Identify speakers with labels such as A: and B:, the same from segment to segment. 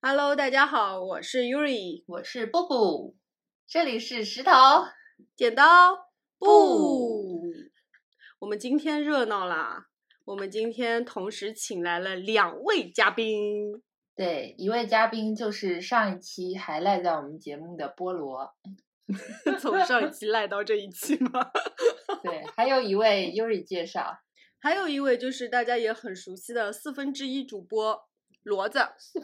A: Hello，大家好，我是 Yuri，
B: 我是布布，这里是石头
A: 剪刀
B: 布。
A: 布。我们今天热闹啦！我们今天同时请来了两位嘉宾，
B: 对，一位嘉宾就是上一期还赖在我们节目的菠萝，
A: 从上一期赖到这一期吗？
B: 对，还有一位 Yuri 介绍
A: 还有一位就是大家也很熟悉的四分之一主播骡子，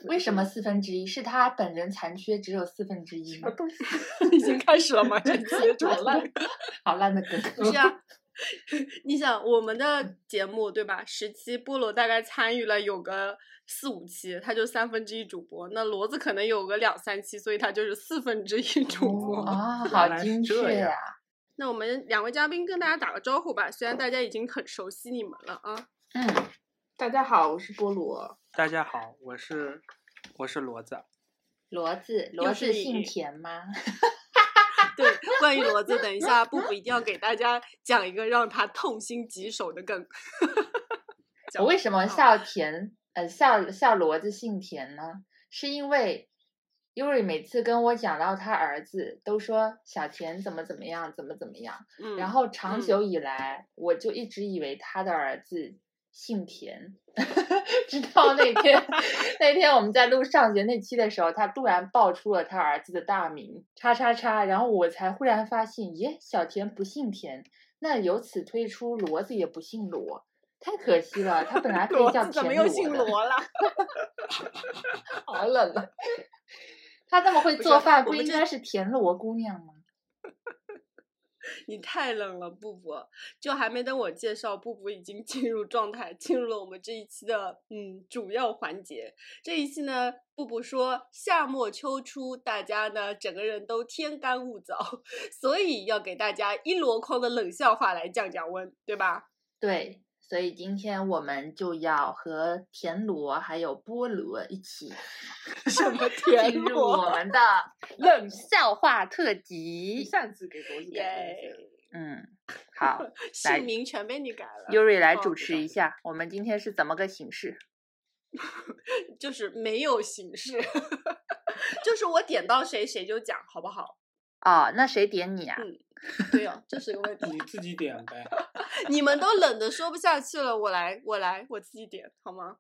B: 为什么四分之一是他本人残缺只有四分之一吗？
A: 东西 已经开始了吗？这期 主烂。
B: 好烂的梗，
A: 不是啊，你想我们的节目对吧？十期菠萝大概参与了有个四五期，他就三分之一主播。那骡子可能有个两三期，所以他就是四分之一 主播。
B: 啊、
C: 原
B: 好
C: 来是
B: 精
C: 这
B: 确啊
C: 样
B: 呀、
A: 那我们两位嘉宾跟大家打个招呼吧，虽然大家已经很熟悉你们了啊。
B: 嗯，
D: 大家好，我是菠萝。
C: 大家好，我是我是骡子，
B: 骡子，
A: 又
B: 骡
A: 是
B: 子
A: 你
B: 姓田吗？
A: 对，关于骡子，等一下布布一定要给大家讲一个让他痛心疾首的梗。
B: 我为什么
A: 嗯
B: 笑田呃笑笑骡子姓田呢？是因为 Yuri 每次跟我讲到他儿子，都说小田怎么怎么样，怎么怎么样。
A: 嗯，
B: 然后
A: 嗯
B: 长久以来，我就一直以为他的儿子姓田， 直到那 天那天我们在录上学那期的时候，他突然爆出了他儿子的大名叉叉叉，然后我才忽然发现，耶，小田不姓田，那由此推出骡子也不姓罗。太可惜了，他本来可以
A: 骡
B: 叫
A: 子
B: 田
A: 怎么又
B: 的
A: 姓罗了？
B: 好 冷啊！他这么会
A: 不
B: 做
A: 是
B: 饭，
A: 我
B: 不
A: 们
B: 应
A: 这
B: 该是田螺姑娘吗？
A: 你太冷了，布布。就还没等我介绍，布布已经 进入状态，进入了我们这一期的嗯主要环节。这一期呢，布布说夏末秋初，大家呢整个人都天干物燥， 所以要给大家一箩筐的冷笑话来降降温，对吧？
B: 对，所以今天我们就要和田螺还有菠萝一 起
A: 什么
B: 进
A: 天
B: 入我们的 冷笑话特辑。
D: 擅自给骡子改
A: 耶
D: 名字，
B: 嗯， 好来
A: 哎姓名全被你改了，
B: ，Yuri 来
A: 哦
B: 主
A: 知
B: 持
A: 道
B: 一下，我们今天是怎么个形式？
A: 就是没有形式， 就是我点到谁谁就讲，好不好？
B: 哦，那谁点你啊？
A: 嗯对哦，这是个问题。
C: 你自己点呗。
A: 你们都冷的说不下去了，我来，我来，我自己点好吗？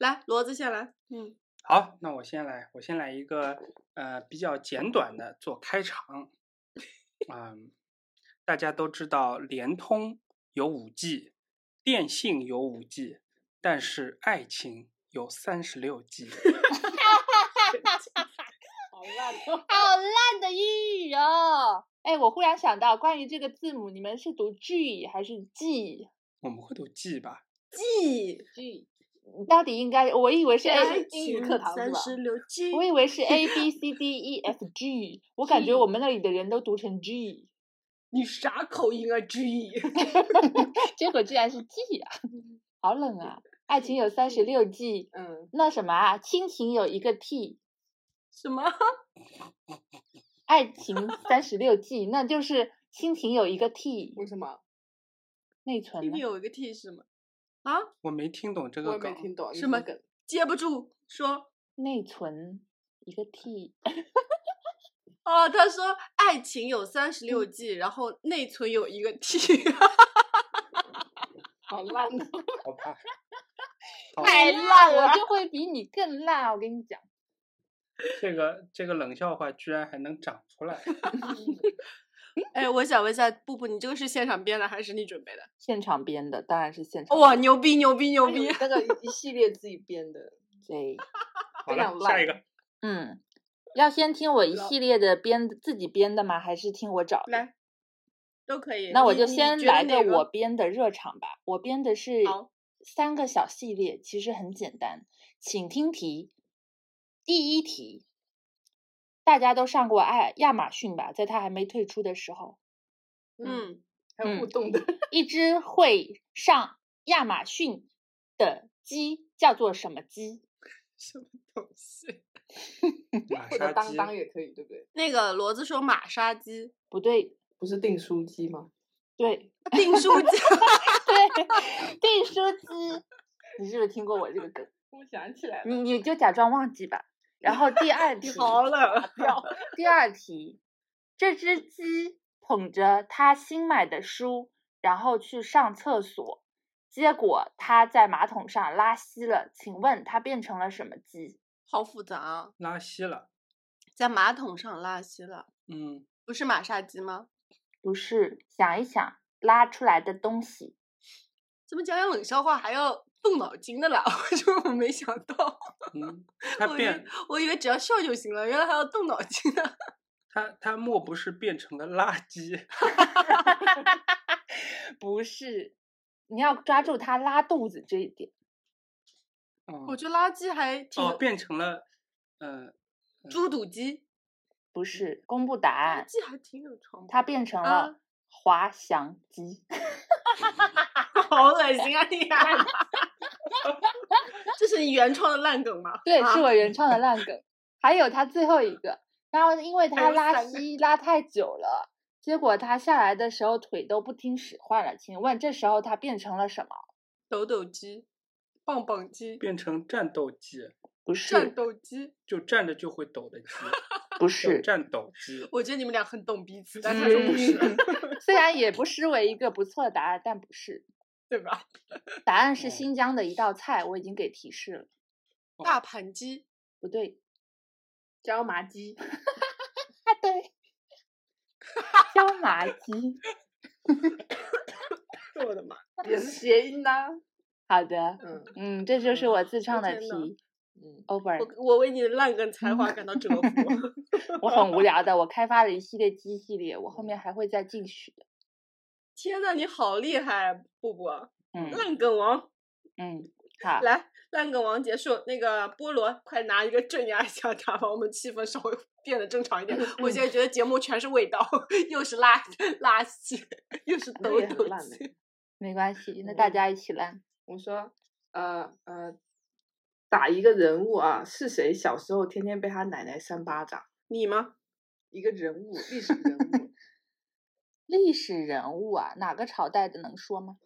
A: 来，骡子先来，嗯，
C: 好，那我先来，我先来一个呃比较简短的做开场。嗯，大家都知道联通有五 G，电信有五 G，但是爱情有三十六 G。
D: 好烂哦！
B: 好烂的英语哦！哎，我忽然想到，关于这个字母，你们是读 G 还是 G？
C: 我们会读 G 吧？
A: 记
B: G，到底应该？我以为是 A 英语课堂是
A: 三
B: 吧？
A: 十六计，
B: 我以为是 A B C D E F G，我感觉我们那里的人都读成 G，
A: 你啥口音啊？G，
B: 结果居然是 G 啊！ 好冷啊！爱情有三十六计，
D: 嗯，
B: 那什么啊？亲情有一个 T，
A: 什么？
B: 爱情三十六计，那就是亲情有一个 T
D: 为什么？
B: 内
A: 里
B: 存
A: 面
B: 呢。
A: 有一个 T 是吗？啊，
C: 我没听懂这个
D: 我也没
C: 梗。
D: 听懂
A: 什么
D: 梗？
A: 接不住，说
B: 内存一个 T，
A: 哦，他说爱情有三十
B: 嗯
A: 六计，然后内存有一个 T，
D: 好烂哦！
C: 好怕。好
B: 太
A: 烂了
B: 我就会比你更烂。我跟你讲，
C: 这个这个冷笑话居然还能长出 来。
A: 哎，我想问一下，布布，你这个是现场编的还是你准备的？
B: 现场编的当然是现场
A: 哇，牛逼牛逼牛
B: 哎
D: 他有
A: 逼！
D: 那个一一系列自己编的，
B: 对，
C: 好
D: 非常
C: 了，下一个。
B: 嗯，要先听我一
A: 老
B: 系列的编自己编的吗？还是听我找的？
A: 来，都可以。
B: 那我
A: 你
B: 就
A: 你
B: 先
A: 觉得
B: 来
A: 哪
B: 我编的热场吧。我编的是
A: 好
B: 三个小系列，其实很简单，请听题。第一题，大家都上过爱亚马逊吧？在它还没退出的时候，
A: 嗯，
D: 还有互
B: 嗯
D: 动的，
B: 一只会上亚马逊的鸡叫做什么鸡？
A: 什么东西？
C: 马
D: 或者
C: 杀
D: 当
C: 鸡。
D: 当也可以，对不对？
A: 那个骡子说马杀 鸡、
B: 不对，
D: 不是订书机吗？
B: 对
A: 订书机，
B: 对，订 书机。你是不是听过我这个梗？
D: 我想起来了，
B: 你你就假装忘记吧。然后第二
A: 你
B: 题，
A: 好 冷，
B: 第二题，这只鸡捧着它新买的书，然后去上厕所，结果它在马桶上拉稀了，请问它变成了什么鸡？
A: 好复杂啊，
C: 拉稀了，
A: 在马桶上拉稀了，
C: 嗯，
A: 不是马杀鸡吗？
B: 不是，想一想，拉出来的东西。
A: 怎么讲点冷笑话还要动脑筋的啦？ 我就没想到，
C: 嗯，它
A: 我以为
C: 变
A: 我以为只要笑就行了，原来还要动脑筋啊！
C: 它它莫不是变成了垃圾？
B: 不是，你要抓住它拉肚子这一点。
C: 嗯
A: 我觉得垃圾还挺
C: 哦，变成了，呃，
A: 猪肚鸡，
B: 不是，公布答
A: 垃
B: 案，
A: 圾还挺有创意，
B: 嗯它嗯变成
A: 啊
B: 了滑翔机。
A: 好恶心啊你啊！ 这是你原创的烂梗吗？
B: 对，
A: 啊
B: 是我原创的烂梗。还有他最后一个，然后因为
A: 还
B: 他
A: 有
B: 拉
A: 三个
B: 稀拉太久了，结果他下来的时候腿都不听使唤了。请问这时候他变成了什么？
A: 抖抖鸡、棒棒鸡、
C: 变成战斗机，
B: 不
A: 战
B: 是，
A: 斗鸡。
C: 就站着就会抖 的机，
B: 不
C: 叫
B: 是，
C: 战斗机。嗯
A: 我觉得你们俩很懂彼此，但他
D: 嗯
A: 说不是，
B: 虽然也不失为一个不错的答案，但不是。
A: 对吧？
B: 答案是
C: 嗯
B: 新疆的一道菜，我已经给提示了。
D: 哦
A: 大盘鸡、
B: 不对，
D: 椒麻鸡，
B: 啊对，椒麻鸡。
A: 我的妈！
D: 也是谐音呐、
B: 好的，
D: 嗯
B: 嗯，这就是
C: 嗯
B: 我自创的
A: 天呐
B: 题。
D: 嗯，
B: Over。
A: 我我为你的烂梗才华感到折服。
B: 我很无聊的，我开发了一系列鸡系列，我后面还会再进取的。
A: 天呐，你好厉害，布布，
B: 嗯
A: 烂梗王！
B: 嗯，
D: 啊
B: 好，
A: 来，烂梗王结束。那个菠萝，快拿一个镇压一下他，把我们气氛稍微变得正常一
D: 嗯
A: 点。我现在觉得节目全是味道，又是垃垃圾，又是
D: 那
A: 抖
D: 也很
A: 抖
D: 烂
A: 鸡
D: 欸
B: 没关系，那大
D: 嗯
B: 家一起烂。
D: 我说，呃呃，打一个人物啊，是谁小时候天天被他奶奶扇巴掌？
A: 你吗？
D: 一个人物，历史人物，
B: 历史人物啊，哪个朝代的能说吗？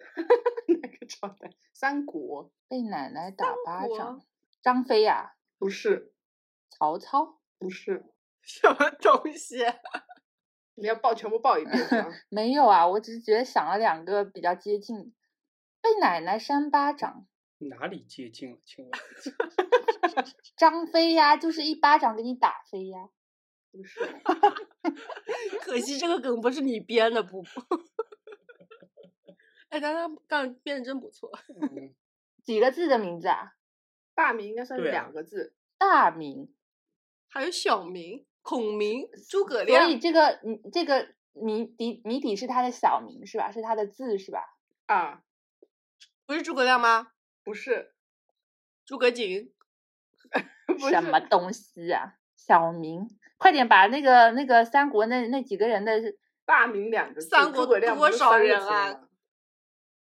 D: 那个朝代？三国
B: 被奶奶打巴
A: 国
B: 掌，张飞呀、
D: 不是
B: 曹操
D: 不是，
A: 什么东西？
D: 你要报全部报一遍 是吧
B: 没有啊，我只是觉得想了两个比较接近。被奶奶扇巴掌，
C: 哪里接近了？请问
B: 张飞呀、就是一巴掌给你打飞呀、
D: 不是，
A: 可惜这个梗不是你编的，不不。 哎，咱俩干编的真不错。
C: 嗯
B: 几个字的名字啊？
D: 大名应该算是
C: 对啊
D: 两个字，
B: 大名。
A: 还有小明、孔明、诸葛
B: 所以
A: 亮，
B: 这个你这个谜底谜底是他的小名是吧？是他的字是吧？
D: 啊，
A: 不是诸葛亮吗？
D: 不是，
A: 诸葛瑾，
D: 不是
B: 什么东西啊？小明，快点把那个那个三国那那几个人的
D: 大名两个字，
A: 三
D: 诸
A: 国
D: 葛亮
A: 多
D: 不是
A: 少
D: 三个
A: 人
D: 字
A: 啊
D: 吗？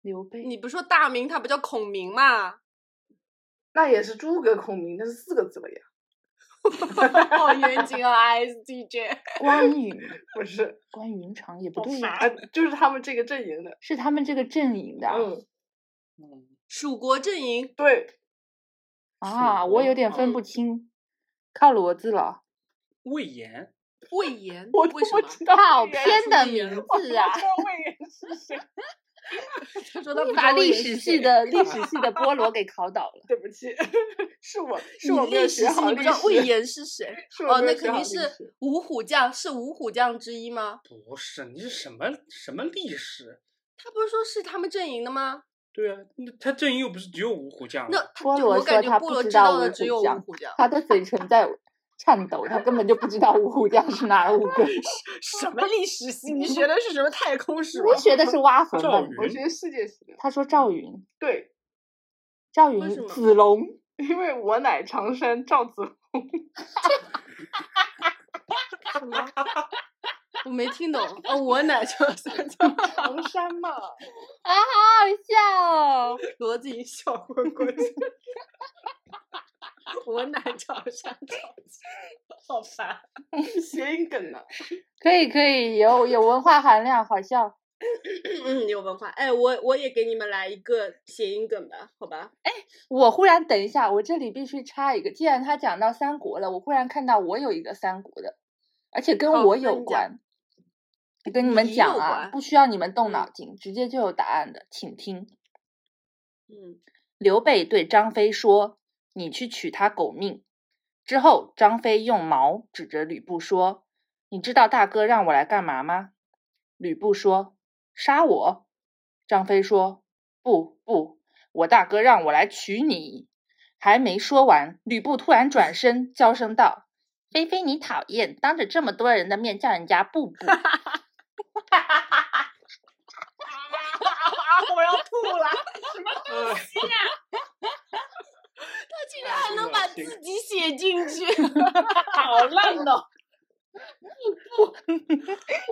B: 刘备，
A: 你不说大明他不叫孔明 吗？
D: 那也是诸葛孔明，那是四个字了呀，
A: 好严谨啊，SDJ。
B: 关羽，
D: 不是，
B: 关羽云长也不
A: 好
B: 对呀、
A: 烦
D: 啊，就是他们这个阵营的，
B: 是他们这个阵营的啊
D: 嗯，
C: 嗯，
A: 蜀国阵营，
D: 对，
B: 啊，
C: 蜀
B: 我
C: 国
B: 有点分
A: 嗯
B: 不清，靠逻 辑了，
C: 魏延，
A: 魏延，
D: 我都
A: 为什
D: 不
A: 么？
D: 知道
B: 好
D: 魏延
B: 偏
D: 是
B: 的
D: 谁
B: 名
D: 我
B: 字
D: 都
B: 啊
D: 不知道魏 延是谁？
A: 他说他
B: 你
A: 不知
B: 把
A: 道魏
B: 历
A: 延
B: 史
A: 是
B: 系
A: 谁，
B: 的历史系的菠 萝给考倒了。
D: 对不起， 是我是
A: 你
D: 我没有
A: 历史
D: 学
A: 系你
D: 好
A: 不
D: 历史。
A: 知道魏延是谁？
D: 是我
A: 哦，
D: 没
A: 那
D: 有学
A: 肯
D: 好
A: 定
D: 历史
A: 是五虎将，是五虎将之一吗？
C: 不是你是什么什么历史？
A: 他不是说是他们阵营的吗？
C: 对啊，那他阵营又不是只有五虎将
A: 那
C: 啊，
A: 他
B: 菠
A: 就我
B: 萝
A: 感
B: 说
A: 觉
B: 他
A: 菠
B: 不
A: 萝
B: 知
A: 知
B: 道
A: 道
B: 五
A: 的
B: 虎
A: 只有五
B: 将
A: 虎将，
B: 他的嘴唇在颤抖，他根本就不知道五 虎将是哪五 个。
A: 什么历史系？你学的是什么太空 史
B: 我学的是挖坟吧
C: 赵？
D: 我
C: 云
D: 觉得世界史的
B: 他说赵云，
D: 对，
B: 赵
A: 为什
B: 云，
A: 么
B: 子龙。
D: 因为我乃常山赵子 龙，
A: 什么？我没听懂。哦，我乃 就三江，
D: 常山嘛，
B: 啊，好 好笑哦！
A: 罗子怡笑昏过 去。我乃
C: 哎
A: 长山长好烦。
D: 谐音梗呢、
B: 可以可以，有有文化含量，好笑。
A: 嗯，有文化。哎，我我也给你们来一个谐音梗吧，好吧？
B: 我忽然等一下，我这里必须插一个，既然他讲到三国了，我忽然看到我有一个三国的，而且跟
A: 哦
B: 我
A: 那
B: 有
A: 你讲
B: 关。我跟你们
A: 你
B: 讲
A: 有
B: 啊
A: 关，
B: 不需要你们动脑
A: 嗯
B: 筋，直接就有答案的，请听。
A: 嗯，
B: 刘备对张飞说：“你去取他狗命。”之后，张飞用矛指着吕布说：“你知道大哥让我来干嘛吗？”吕布说：“杀我。”张飞说：“不不，我大哥让我来娶你。”还没说完，吕布突然转身，娇声道：“菲菲，你讨厌！当着这么多人的面叫人家布布。”
D: 我要吐了。
C: 呃
A: 他竟
C: 然还能把自
A: 己写 进去，
D: 好烂哦！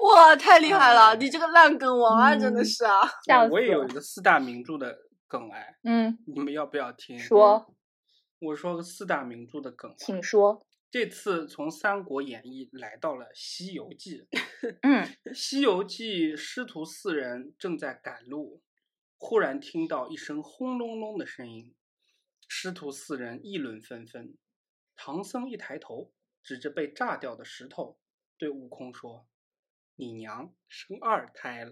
A: 哇，太厉害了！
C: 哎
A: 你这个烂梗王啊，真的
B: 嗯
A: 是啊。
B: 笑
C: 我也
B: 死
C: 有
B: 我
C: 一个四大名著的梗哎，
B: 嗯，
C: 你们要不要听？
B: 说，
C: 我说个四大名著的梗吧，
B: 请说。
C: 这次从《三国演义》来到了《西游记》。
B: 嗯，
C: 《西游记》师徒四人正在赶路，忽然听到一声轰隆隆的声音，师徒四人议论纷纷。唐僧一抬头，指着被炸掉的石头，对悟空说：“你娘生二胎 了。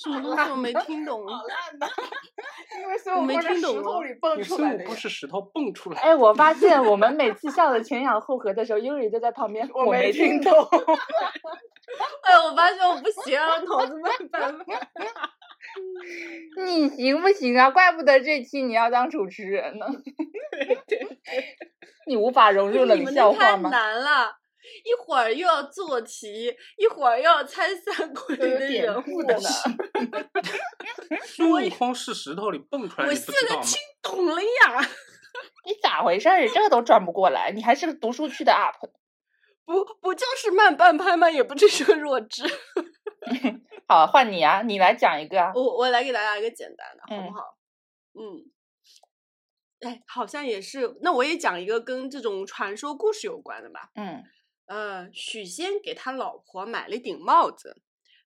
A: 什么东西我没听懂？
D: 烂的， 因为
A: 我
D: 孙悟
A: 没
D: 空在
A: 听
D: 石
A: 懂
D: 头
A: 哦
D: 里”蹦
C: 你
D: 出
C: 孙
D: 来
C: 悟
D: 的
C: 空
D: 呀
C: 是石头蹦出来的。
B: 哎，我发现我们每次笑的前仰后合的时候，英语就在旁边，
D: 我
B: 没
D: 没听
B: 懂。
A: 哎，我发现我不行了，脑子没办法。
B: 你行不行啊？怪不得这期你要当主持人 呢。你无法 融
A: 不是
B: 入
A: 你
B: 冷
A: 们
B: 笑
A: 的太
B: 话吗？
A: 难了，一会儿又要做题，一会儿又要猜三国里
B: 都有
A: 的
B: 典
A: 人
B: 故
A: 物
B: 的
A: 的
B: 呢
A: 事。
C: 孙
A: 我
C: 悟空是石头里蹦出来，
A: 我
C: 你不
A: 现
C: 知
A: 在
C: 道吗？
A: 听懂了呀！
B: 你咋回事儿？这个都转不过来，你还是个读书区的 UP。
A: 不不就是慢半拍吗？也不至于弱智。
B: 好，换你啊，你来讲一个啊。
A: 我我来给大家一个简单的，好
B: 嗯
A: 不好？嗯，哎，好像也是。那我也讲一个跟这种传说故事有关的吧。
B: 嗯，
A: 呃，许仙给他老婆买了一顶帽子，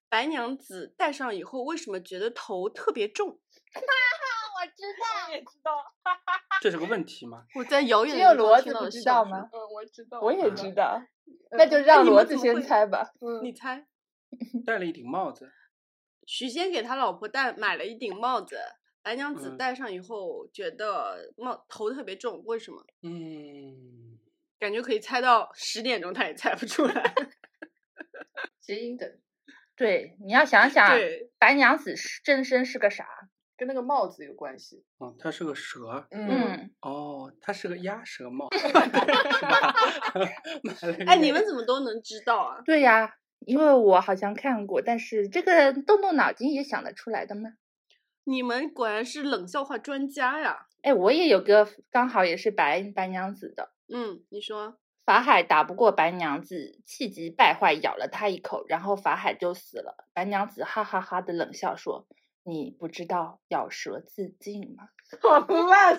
A: 白娘子戴上以后，为什么觉得头特别重？
B: 我知
D: 我也知道，
C: 这是个问题吗？
A: 我在遥远
B: 只
A: 的
B: 有
A: 地方
B: 骡
A: 听
B: 子
A: 到
B: 不
A: 的
B: 知
A: 笑
B: 道
A: 声
B: 吗？？
D: 嗯，我知道，
B: 我也
C: 嗯
B: 知道，那就让
A: 你
B: 骡
A: 们
B: 子
A: 怎么
B: 先
A: 会
B: 猜吧。
D: 嗯
A: 你猜，
C: 戴了一顶帽子，
A: 许仙给他老婆戴买了一顶帽子，白娘子
C: 嗯
A: 戴上以后觉得帽头特别重，为什么？
C: 嗯，
A: 感觉可以猜到十点钟，他也猜不出来。
D: 谐音梗
B: 对，你要想想，
A: 对，
B: 白娘子是真身是个啥？
D: 跟那个帽子有关系。
C: 哦，它是个蛇，
B: 嗯。
C: 哦，它是个鸭 舌帽，对是吧？买了一
A: 哎，
C: 个
A: 你们怎么都能知道啊？
B: 对呀、因为我好像看过，但是这个动动脑筋也想得出来的吗？
A: 你们果然是冷笑话专家呀！
B: 哎，我也有个刚好也是白白娘子的，
A: 嗯，你说，
B: 法海打不过白娘子，气急败坏咬了她一口，然后法海就死了。白娘子哈哈哈的冷笑说：“你不知道咬舌自尽吗
D: 好烂，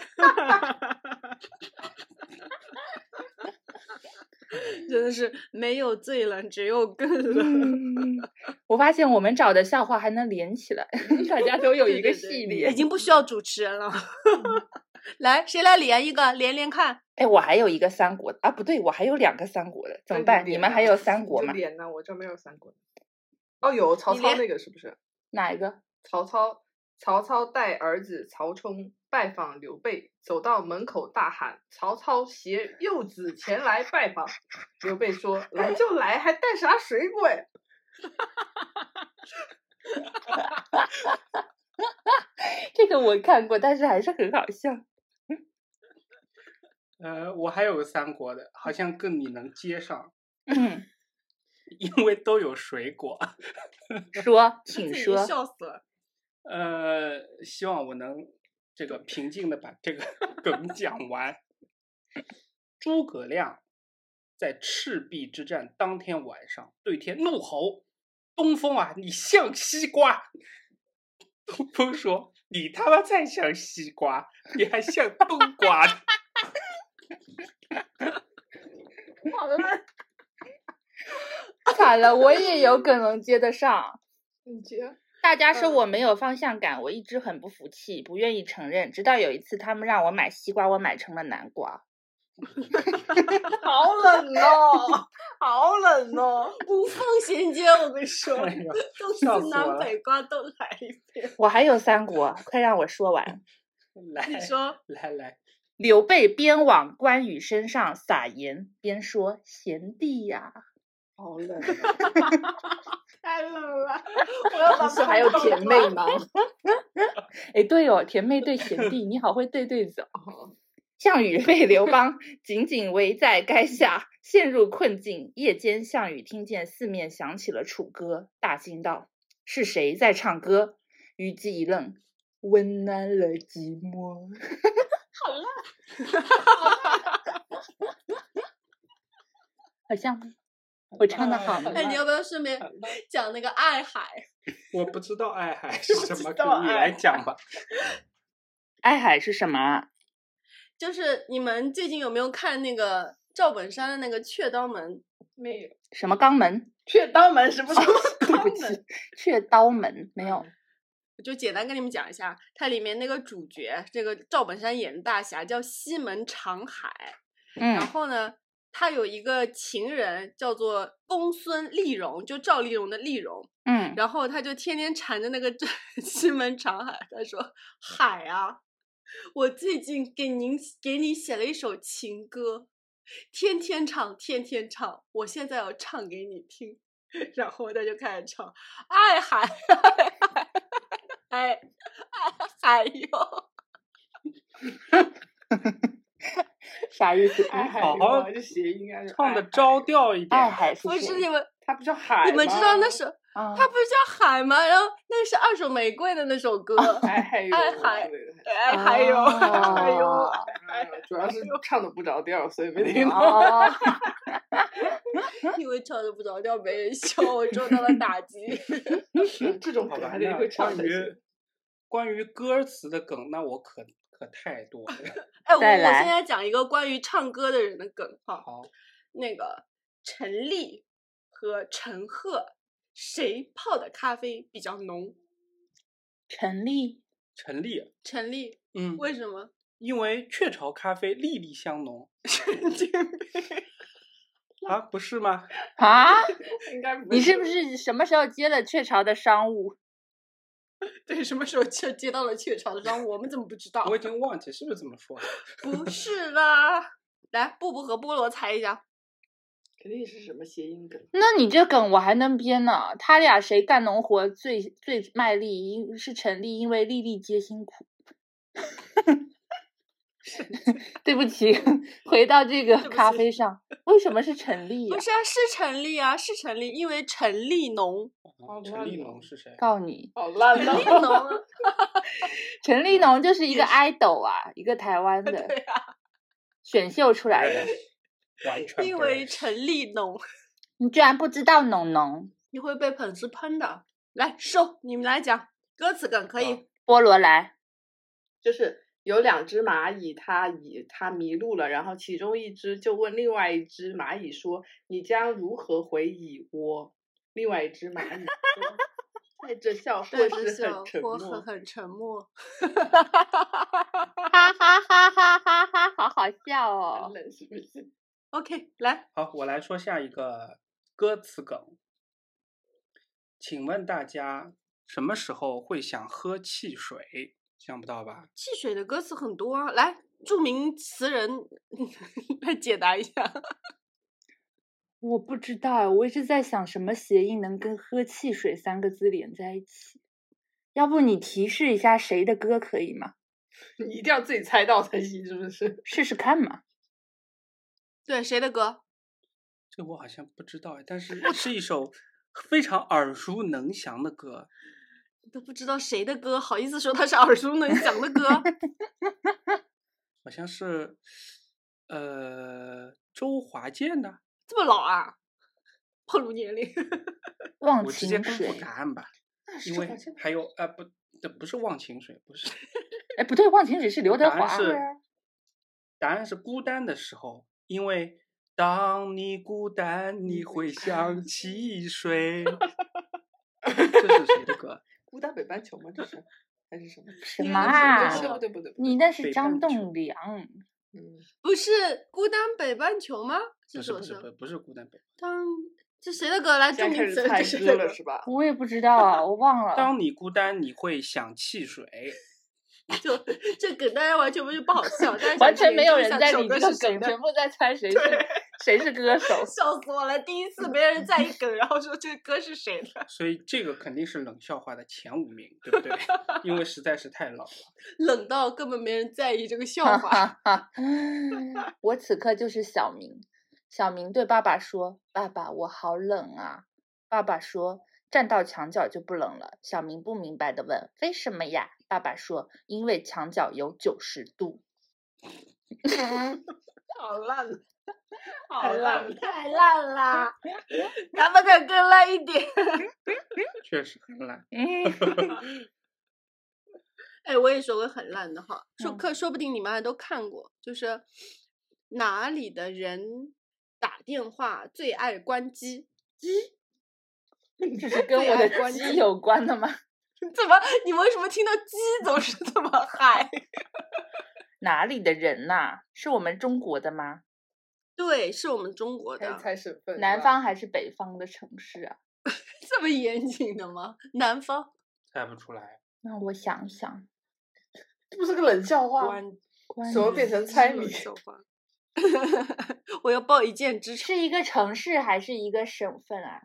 A: 真的是没有最冷，只有更？”冷。
B: 嗯 我发现我们找的笑话还能连起来， 大家都有
A: 对
B: 一个
A: 对对
B: 系列
A: 已。经不需要主持人了。 来，谁来连一个，连连看。
B: 哎，我还有一个三国的啊，不对，我还有两个三国的，怎么办？你们还有三国吗？
D: 脸呢？我这没有三国。哦，有曹
A: 你
D: 操
A: 连
D: 那个是不是？
B: 哪一个？
D: 曹操，曹操带儿子曹冲拜访刘备，走到门口大喊：“曹操携幼子前来拜访。”刘备说：“来就来，还带啥水鬼
B: 这个我看过，但是还是很好笑。
C: 呃，我还有个三国的，好像跟你能接上，
B: 嗯，
C: 因为都有水果。
B: 说，请
A: 自己
B: 说。
A: 笑死了。
C: 呃，希望我能这个平静的把这个 梗讲完。诸葛亮在赤壁之战当天晚上对天怒吼：“东风啊，你像西瓜！”东风说：“你他妈才像西瓜，你还像冬瓜呢！”
B: 好了，反了，我也有梗能接得上。嗯
D: 你接
B: 大家说我没有方向感，我一直很不服气，不愿意承认。直到有一次，他们让我买西瓜，我买成了南瓜。
D: 好冷哦，好冷哦。
A: 无缝衔接，我 跟你说，
C: 哎呦笑
A: 东
C: 死
A: 西
C: 我
A: 南
C: 了
A: 北瓜都来一遍。
B: 我还有三国，快让我说完。
C: 来
A: 你说
C: 来来，
B: 刘备边往关羽身上撒盐，边说：“贤弟呀、
D: 好冷，哦
A: 太冷了，我要把
D: 不是还有
A: 胖
D: 甜
A: 胖
D: 妹
A: 关
D: 吗？
B: 哎，对哦，甜妹对贤弟，你好会对对子哦。项羽被刘邦紧紧围在垓下，陷入困境。夜间，项羽听见四面响起了楚歌，大惊道：“是谁在唱歌？”虞姬一愣，温暖了寂寞。啊好像嗯吗我唱的好吗？
A: 哎，你要不要顺便
D: 嗯
A: 讲那个爱海？
C: 我不知道爱海是什么
A: 知道
C: 梗，你来
A: 爱
C: 讲吧。
B: 爱海是什么啊？
A: 就是你们最近有没有看那个赵本山的那个《雀刀门
D: 没 有，
B: 什么肛门？
D: 雀刀门什么东西？
B: 对不起，雀刀门没有。》？
A: 我就简单跟你们讲一下，它里面那个主角，这个赵本山演的大侠叫西门长海，
B: 嗯
A: 然，后呢，他有一个情人叫做公孙丽蓉，就赵丽蓉的丽蓉，
B: 嗯，
A: 然后他就天天缠着那个 西门长海，他说：“海啊，我最近给您给你写了一首情歌，天天唱，天天唱，我现在要唱给你听。” 然后他就开始唱：“爱海， 爱海，哎爱爱海哟
B: 啥意思？
D: 哎海
C: 好
D: 流
C: 好
D: 啊这谐音啊，就
C: 唱
D: 哎
C: 的
D: 海
C: 高调一！”点
B: 爱。海是
A: 不是你
B: 谁？
A: 们，
D: 它不叫海吗，
A: 你们知道那首
B: 啊
A: 他不是叫海吗？然后那是二手玫瑰的那 首歌，
D: 哎海流
A: 哎
D: 啊
A: 海
D: 之类的
A: 哎海 哟，海哟
B: 哦。
D: 哎呦主要是唱的不着调，所以没听到。
B: 哦，
A: 因为唱的不着调被人笑，我受到了打击。
D: 这种
C: 好
D: 梗
C: 吧，
D: 还得
C: 那
D: 会唱
C: 关
D: 才行
C: 于。关于歌词的梗，那我可可太多了。
A: 哎，我我
B: 再来
A: 现在讲一个关于唱歌的人的梗哈，
C: 好，
A: 那个陈粒和陈赫，谁泡的咖啡比较浓？
B: 陈立
C: 陈粒，
A: 陈粒
C: 嗯，
A: 为什么？
C: 因为雀巢咖啡粒粒香浓啊，不是吗？
B: 啊，
D: 应该不
B: 你是不是什么时候接了雀巢的商务？
A: 对，什么时候接接到了雀巢的商务？我们怎么不知道？
C: 我已经忘记是不是这么说的。
A: 不是啦。来，布布和菠萝猜一下，
D: 肯定是什么谐音梗？
B: 那你这梗我还能编呢。他俩谁干农活最最卖力？因是陈立，因为粒粒皆 辛苦。对不起， 回到这个
A: 不
B: 咖
A: 起
B: 啡上，为什么是陈立呀
A: 不？是啊，是陈粒啊，是陈粒，因为陈粒浓，
D: 哦
C: 啊陈
D: 乱
C: 立
D: 了
C: 农是谁？
B: 告你，
D: 好烂
A: 陈
D: 哦
A: 粒！浓啊，
B: 陈立农就是一
A: 也
B: 个
A: 是
B: idol 啊，一个台湾
A: 对
B: 的
A: 啊，
B: 选秀出来的。
C: 完全
A: 因
C: 不认
A: 为
C: 识
A: 陈粒浓。
B: 你居然不知道农农
A: 你会被粉丝喷的。来，收，你们来讲歌词梗可
C: 好
A: 以。
B: 菠萝来，
D: 就是有两只蚂蚁，它以它迷路了，然后其中一只就问另外一只蚂蚁说：“你将如何回蚁窝？”另外一只蚂蚁说 带着笑，或
A: 对，
D: 是
A: 笑
D: 很沉
A: 或很
D: 默。
A: 很沉默。
B: 哈哈哈哈哈哈，好好笑
D: 很
B: 哦！
D: 冷是不是？
A: OK，来，
C: 好，我来说下一个歌词梗。请问大家什么时候会想喝汽水？想不到吧？
A: 汽水的歌词很多啊，来，著名词人 来解答一下。
B: 我不知道，我一直在想什么谐音能跟“喝汽水”三个字连在一起。要不你提示一下谁的歌可以吗？
D: 你一定要自己猜到才行，是不是？
B: 试试看嘛。
A: 对，谁的歌？
C: 这我好像不知道哎，但是是一首非常耳熟能详的歌。
A: 都不知道谁的歌，好意思说他是耳熟能详的歌？
C: 好像是呃周华健的，
A: 这么老啊？暴露年龄。
B: 忘
C: 我直接
B: 情
C: 公布
B: 水
C: 答，案吧，因
D: 周
C: 为
D: 华健
C: 还有呃不，这不是忘情水，不是，
B: 哎，不对，忘情水是刘德
C: 答
B: 华
C: 案。是
D: 啊
C: 答案是孤单的时候，因为当你孤单，你会想起谁？ 这是谁的歌？
D: 孤单北半球吗？这是还是什么？
B: 什
A: 应
B: 么
A: 该
B: 啊
A: 是？
D: 不对不对不对，
B: 你那是
C: 北
B: 张
C: 半球
B: 栋梁，
D: 嗯，
A: 不是《孤单北半球》吗？这
C: 不是
A: 首
C: 不是不
A: 歌。
C: 不是孤单北。
A: 当这谁的歌来？
D: 现
A: 证
D: 在
A: 明
D: 开
A: 一下这
D: 始猜
A: 谁的
D: 歌了
A: 歌？
D: 是吧？
B: 我也不知道啊，我忘了。
C: 当你孤单，你会想汽水。
A: 就这梗，大家完全不是不好笑，但是
B: 完全没有人
A: 想
B: 在
A: 证
B: 理
A: 明
B: 这
A: 一下
B: 个
A: 首
B: 梗，
A: 歌是谁的。
B: 全部在猜谁是谁是歌手
A: 笑死我了！第一次没人在意梗，然后说这歌是谁的，
C: 所以这个肯定是冷笑话的前五名，对不对？因 为实在是太冷了。
A: 冷到根本没人在意这个笑
B: 哈
A: 话。
B: 哈哈！ 我此刻就是小明。小明对爸爸说：“爸爸，我好冷啊。”爸爸说：“站到墙角就不冷了。”小明不明白的问：“为什么呀？”爸爸说：“因为墙角有九十度。
D: 好烂，
A: 太
D: 好
A: 烂
D: 烂
A: 了，。 太烂了！咱们再更烂一点。
C: 确实很懒。”
B: 嗯，
A: 哎，我也说过很烂的哈，说
B: 嗯
A: 可说不定你们还都看过，就是哪里的人打电话最爱关机？
B: 这是跟
A: 最
B: 我
A: 爱
B: 的
A: 关
B: 鸡
A: 机
B: 有关的吗？
A: 怎么你为什么听到鸡总是这么嗨？
B: 哪里的人呐、是我们中国的吗？
A: 对，是我们中国
D: 开始
A: 的，
D: 猜省份，
B: 南方还是北方的城市啊？
A: 这么严谨的吗？南方
C: 猜不出来，
B: 那我想想，
D: 这不是个冷笑话吗，
C: 关
B: 关
D: 怎么
B: 于
D: 变成猜谜
A: 冷？笑话。 我要报一箭之仇，
B: 是一个城市还是一个省份啊？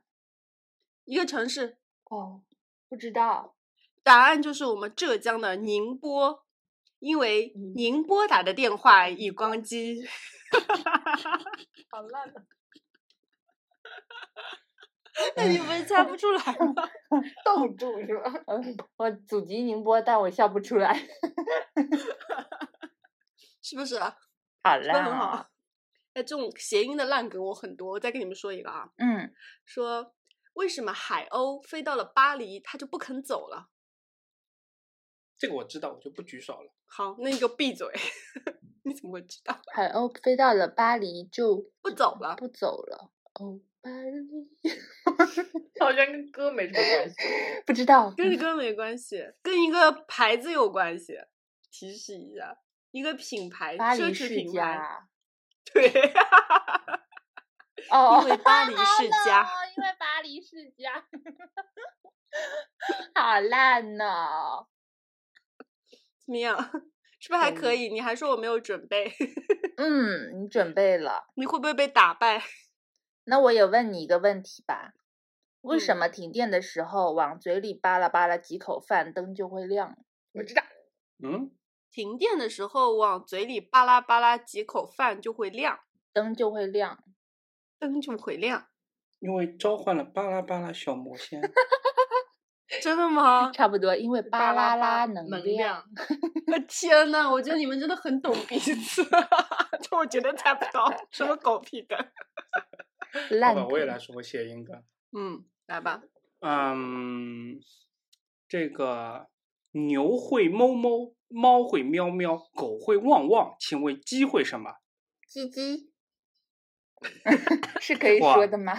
A: 一个城市，
B: 哦，不知道。
A: 答案就是我们浙江的宁波，因为
D: 嗯
A: 宁波打的电话已关 机。
D: 好烂啊 的，
A: 那你们猜不出来吗？
D: 斗住是吧？
B: 嗯，我祖籍宁波，但我笑不出来。
A: 是不是？
B: 好
A: 说很
B: 啦，
A: 好。哎，这种谐音的烂梗我很多，我再跟你们说一个啊，
B: 嗯，
A: 说为什么海鸥飞到了巴黎，它就不肯走了？
C: 这个我知道，我就不举手了。
A: 好，那你就闭嘴。 你怎么会知道？
B: 海鸥飞到了巴黎就
A: 不走了。
B: 不走了。哦，巴黎
D: 好像跟歌没什么关系。
B: 不知道。
A: 跟这歌没关系，跟一个牌子有关系。提示一下，一个品牌，
B: 巴
A: 奢
B: 黎
A: 侈
B: 世
A: 品牌。
B: 家。
A: 对，
B: 哦，
A: 因为巴黎世家。
B: 好冷哦因为巴黎世家。 好烂哦！
A: 怎么样？ 是不是还可
D: 可
A: 以？你还说我没有准备，
B: 嗯，你准备了。
A: 你会不会被打败？
B: 那我也问你一个问题吧，为什
A: 嗯
B: 么停电的时候往嘴里扒拉扒拉几口饭，灯就会亮？
D: 我知道，
C: 嗯，
A: 停电的时候往嘴里扒拉扒拉几口饭就会亮，
B: 灯就会亮。？
A: 灯就会亮。
C: 因为召唤了巴拉巴拉小 魔仙，
A: 真的吗
B: 差不多，因为巴
D: 拉
B: 啦啦
D: 能
B: 能
D: 量。
A: 我天呐，我觉得你们真的 很懂彼 此，这我绝对猜不到，什么狗屁梗。
B: 烂
C: 好
B: 梗。
C: 吧，我也来说个谐音梗。
A: 嗯，来 吧，
C: 嗯，这个牛会哞哞，猫会喵喵，狗会汪汪，请问鸡会什么？
B: 鸡鸡，是可以
C: 哇
B: 说的吗？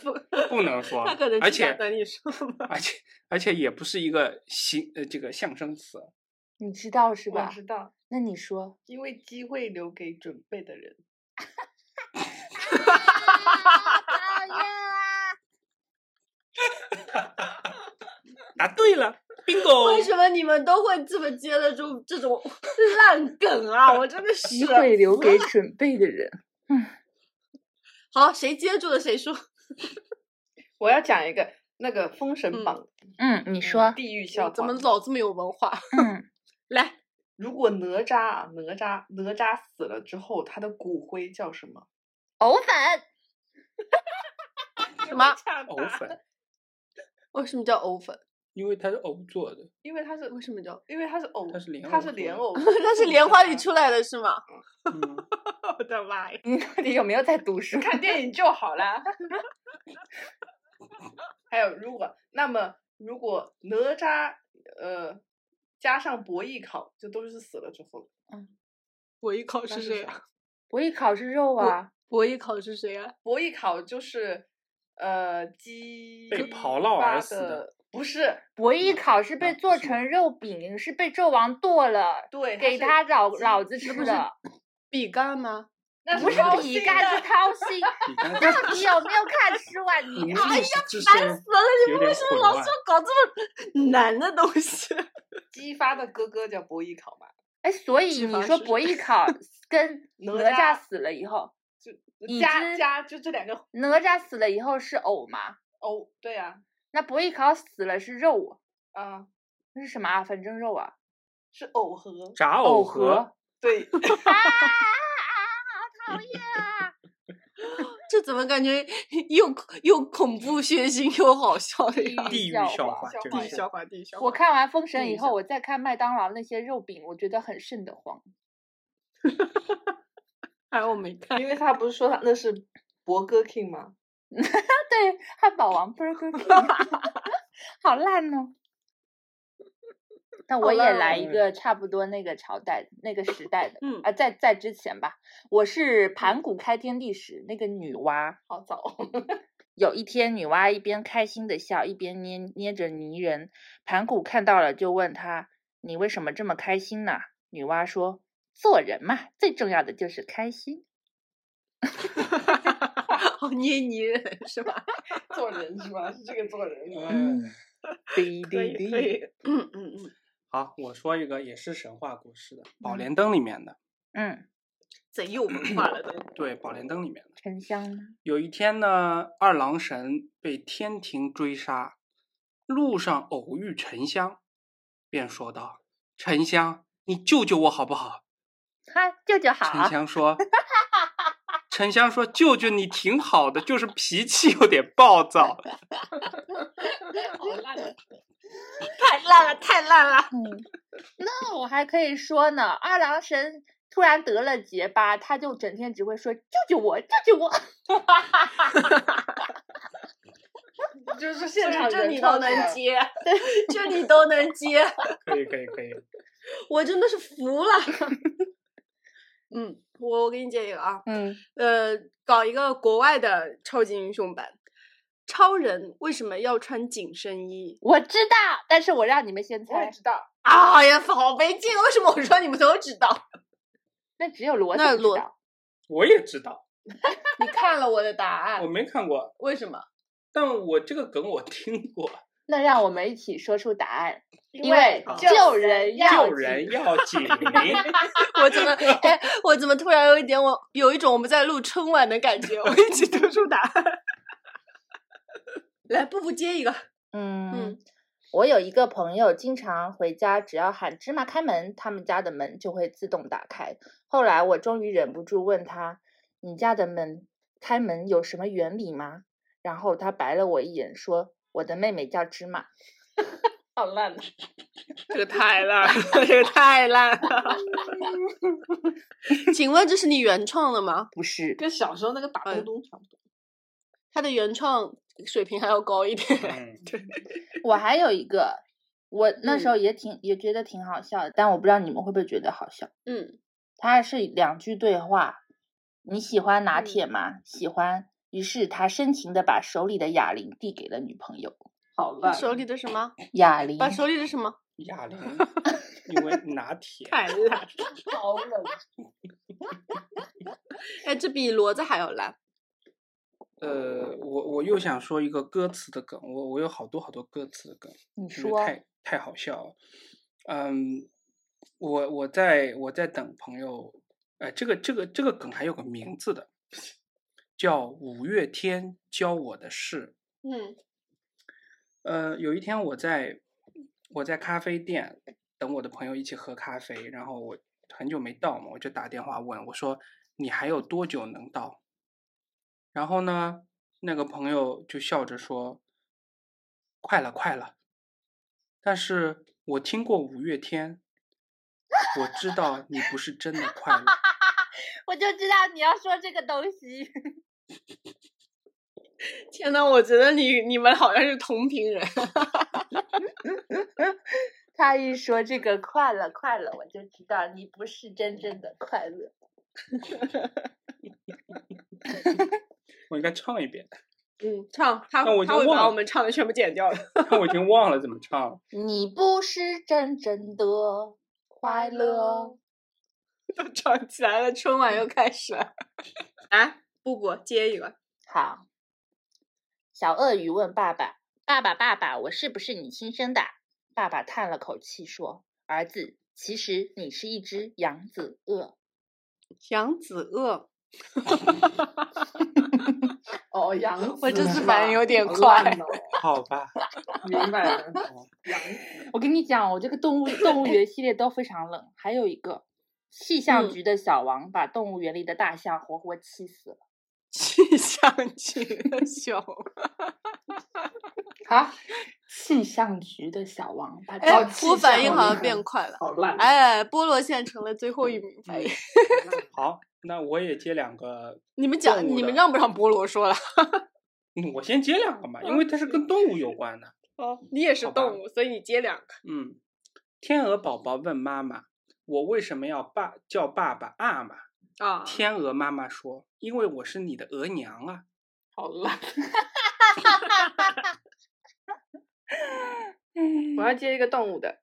A: 不，
C: 不能说
A: 他可能，
C: 而
A: 只想
C: 且
A: 等你说吧。
C: 而且而且也不是一个形呃这个象声词。
B: 你知道是
D: 我
B: 吧？
D: 知道，
B: 那你说，
D: 因为机会留给准备的人。
B: 讨厌啊！
C: 答对了，bingo。
A: 为什么你们都会这么接得住这 种烂梗啊？我真的是
B: 机会留给 准备的人。
A: 好，谁接住了谁说。
D: 我要讲一个那个《封神
A: 嗯
D: 榜》
B: 嗯，你
D: 你
B: 说，
D: 地狱笑话，
A: 怎么老这么有文化？
B: 嗯，
A: 来，
D: 如果哪吒啊，哪吒哪吒死了之后，他的骨灰叫什么？
B: 藕粉。
A: 什 么？
C: 藕粉，
A: 为什么叫藕粉？
C: 因为它是藕做的。
D: 因为他是
A: 为什么 叫？
D: 因为他是藕，
C: 它是莲
D: 他
C: 藕
D: 是
C: 做
D: 莲
C: 的
D: 藕，
A: 它是莲花里出来的是吗？
C: 嗯，
A: 我的妈呀！
B: 你到底有没有在读 书？
D: 看电影就好啦。 还有，如果那么如果哪吒呃加上博弈考，就都是死了之后，
A: 我一考
D: 那
A: 试
D: 是
A: 谁啊
D: 啥？
B: 伯邑考是肉啊，
A: 伯邑考是谁啊？
D: 伯邑考就是呃鸡
C: 被刨烙而
D: 巴
C: 死
D: 的
C: 的，
D: 不是
B: 伯邑考是
C: 啊
B: 被
C: 不
B: 做
C: 是
B: 成肉饼，是被纣王剁了，
D: 对，它
B: 给
D: 是
B: 他老
D: 鸡
B: 老子
A: 那
B: 吃
A: 不是
B: 的，
A: 比干吗？
D: 那
B: 不是
D: 高
B: 比
D: 兴
B: 干，
D: 的
B: 是掏 心。
C: 你刚才
B: 到底有没有看书啊
C: 你
B: 你？
C: 们
B: 哎
C: 历
B: 呀，
C: 史之声
A: 死了！你
C: 有
A: 们为
C: 点
A: 什么
C: 混
A: 老
C: 乱
A: 说。搞这么难的东西？
D: 姬发的哥哥叫伯邑考嘛，
B: 哎，所以
A: 脂
B: 你
A: 肪
B: 说
A: 是
B: 伯 邑考跟
D: 哪
B: 哪
D: 吒
B: 吒死了以后，
D: 就
B: 已
D: 加
B: 知
D: 加就这两个
B: 哪吒死了以后是藕吗？
D: 哦，对呀
B: 那伯邑考死了是肉，
D: 啊，
B: 那是什么啊？粉蒸肉啊？
D: 是藕盒，
C: 炸
B: 藕
C: 藕
B: 盒
C: 盒，
D: 对，
B: 啊啊！讨厌啊！
A: 这怎么感觉又又恐怖血腥又好笑的呀？
C: 地狱
B: 笑
C: 笑
B: 话
C: 话，
D: 笑
C: 这
D: 话
C: 个
D: 呀
A: 地
C: 是
A: 笑话，地笑话。
B: 我看完《封神》
A: 对
B: 以
A: 一
B: 后，
A: 下
B: 我再看麦当劳那些肉饼，我觉得很瘆得 慌。
A: 哎，我没看。
D: 因为他不是说他那是伯哥 king 吗？
B: 对，汉堡王 Burger King，好 烂哦。那
A: 好
B: 我也
A: 烂哦
B: 来一
C: 嗯
B: 个差不多那个朝代、那个时代的
A: 嗯
B: 啊，在在之前吧，我是盘古开天历史那个女娲。
D: 好早哦，
B: 有一天，女娲一边开心的笑，一边捏捏着泥人。盘古看到了，就问她：“你为什么这么开心呢？”女娲说：“做人嘛，最重要的就是开心。
A: 好捏泥人是吧？
D: 做人是吧？是这个做人是吧？
B: 嗯
C: 嗯，
B: 滴
D: 可
B: 滴
D: 以
B: 滴
D: 可以，
A: 嗯嗯嗯，
C: 好，我说一个也是神话故事的《宝
B: 嗯
C: 莲灯》里面的，
B: 嗯，
A: 贼有文化了都。
C: 对，《宝莲灯》里面的。
B: 沉香呢？
C: 有一天呢，二郎神被天庭追杀，路上偶遇沉香，便说道：“沉香，你救救我好不好
B: 哈，舅舅？”
C: 沉
B: 好。啊
C: 香说：“沉香说，舅舅你挺好的，就是脾气有点暴躁。
D: 好烂的，
A: 太烂了，太烂了！
B: 嗯，那我还可以说呢，二郎神突然得了结巴，他就整天只会说救救我，救救我。
D: 就是
A: 就
D: 现
A: 是
D: 场
A: 这
D: 人
A: 你都
D: 唱的
A: 能 接，这你都能接，”
C: 可以，可以，可以。
A: 我真的是服 了。嗯，我我给你接一个啊，
B: 嗯，
A: 呃，搞一个国外的超级英雄版，超人为什么要穿紧身衣？
B: 我知道，但是我让你们先
D: 我也
B: 猜，
D: 知道，
A: 啊呀，好没劲！为什么我说你们都知道？
B: 那只有罗
A: 那
B: 子知
A: 罗
B: 道。
C: 我也知道，
A: 你看了我的答案
C: 我，没看过，
A: 为什么？
C: 但我这个梗我听过。
B: 那让我们一起说出答案。因
D: 为
B: 为啊
D: 救
B: 救人要
C: 救人
B: 紧
C: 要紧，
A: 我怎么哎，我怎么突然有一点我有一种我们在录春晚的感觉？我一起读出答案。 来，步步接一个。
B: 嗯，我有一个朋友，经常回家只要喊芝麻开门，他们家的门就会自动打开。后来我终于忍不住问他：“你家的门开门有什么原理吗？”然后他白了我一眼，说：“我的妹妹叫芝麻。
D: 好烂的，
A: 这个太烂了，这个太烂了。 请问这是你原创的吗”？
B: 不是，
D: 跟小时候那个打
A: 哎
D: 咕咚差不多。
A: 它的原创水平还要高一 点。
C: 嗯
B: 我还有一个，我那时
A: 嗯
B: 候也挺、也觉得挺好笑的，但我不知道你们会不会觉得好笑。
A: 嗯，
B: 它是两句对话。你喜欢拿
A: 嗯
B: 铁吗？喜欢。于是他深情的把手里的哑铃递给了女朋友。
D: 好
A: 把
D: 烂，
A: 手里的什么？
B: 哑铃，
A: 把手里的什么？
C: 哑铃，因为拿铁。
A: 太烂！
D: 好冷，
A: 哎，这比骡子还要烂。
C: 呃，我我又想说一个歌词的梗，我我有好多好多歌词的梗，
B: 你
C: 因为
B: 说
C: 太太好笑了。嗯，我我在我在等朋友，呃，这个这个这个梗还有个名字的，叫五月天教我的事。
A: 嗯
C: 呃，有一天我在我在咖啡店等我的朋友一起喝咖啡，然后我很久没到嘛，我就打电话问我说：“你还有多久能到？”然后呢，那个朋友就笑着说：“快了，快了。”但是我听过五月天，我知道你不是真的快 乐。
B: 我就知道你要说这个东西。
A: 天呐，我觉得你你们好像是同频人。
B: 他一说这个快乐快乐，我就知道你不是真正的快乐。
C: 我应该唱一遍，
A: 嗯，唱他
C: 那我
A: 他
C: 就
A: 会
C: 忘
A: 把
C: 了
A: 我们唱的全部剪掉的。
C: 但我已经忘了怎么唱了。
B: 你不是真正的快乐。哦
A: 都吵起来了，春晚又开始了。啊，布布接一个，
B: 好，小鳄鱼问爸爸：“爸爸，爸爸，我是不是你亲生的？”爸爸叹了口气说：“儿子，其实你是一只扬子鳄。
A: 杨子鳄，
D: 哦，杨紫
A: 我这次
D: 是
A: 反应
D: 吧
A: 有点
D: 好
A: 快
D: 烂哦
C: 好吧，
D: 明白了。 杨”
B: 我跟你讲，我这个动物动物园系列都非常冷。还有一个，气象
A: 嗯
B: 局的小王把动物园里的大象活活气死了。
A: 气象局的熊。
D: 啊，
B: 气象局的小王把
D: 哎
B: 大
A: 哎
D: 气，
A: 我反
D: 象
A: 应
D: 我
A: 好
D: 明
A: 像
D: 白
A: 变快了。嗯
D: 好烂。
A: 哎，菠萝现在成了最后一名，反应。
C: 好，那我也接两个，
A: 你们讲，
C: 动物
A: 你们
C: 的
A: 让不让菠萝说了？
C: 嗯我先接两个嘛，因为嗯它是跟动物有关的。
A: 哦，你也是
C: 好吧
A: 动物，所以你接两个。
C: 嗯，天鹅宝宝问妈妈：“我为什么要爸叫爸爸阿玛？”
A: 啊，
C: 天鹅妈妈说：“因为我是你的额娘啊。
A: 好烂！
D: 我要接一个动物的。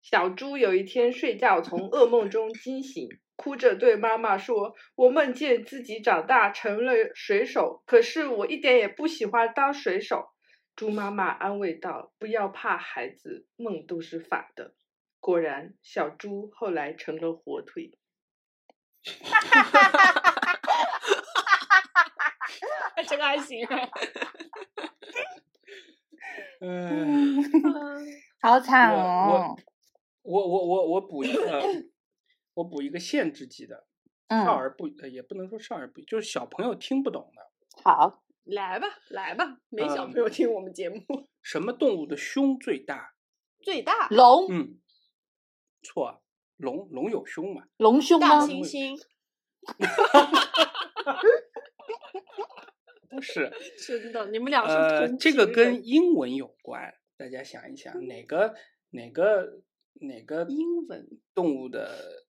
D: 小猪有一天睡觉，从噩梦中惊醒，哭着对妈妈说：“我梦见自己长大成了水手，可是我一点也不喜欢当水手。”猪妈妈安慰道：“不要怕，孩子，梦都是反的。”果然，小猪后来成了火腿。
A: 这个还行。啊
C: 嗯，
B: 好惨
C: 我
B: 哦
C: 我！我我我我补一个，我补一个限制级的，
B: 嗯
C: 少，儿不呃也不能说少儿不宜，就是小朋友听不懂的。
B: 好，
A: 来吧，来吧，没小
C: 嗯
A: 朋友听我们节 目。
C: 什么动物的胸最大？
A: 最大
B: 龙
C: 嗯，错，龙龙有胸嘛？
B: 龙兄
A: 大
B: 吗？
A: 猩猩
C: 不是，
A: 真的，你们俩是
C: 呃，
A: 同
C: 这个
A: 频人
C: 跟英文有关，大家想一想，哪个哪个哪个
A: 英文
C: 动物的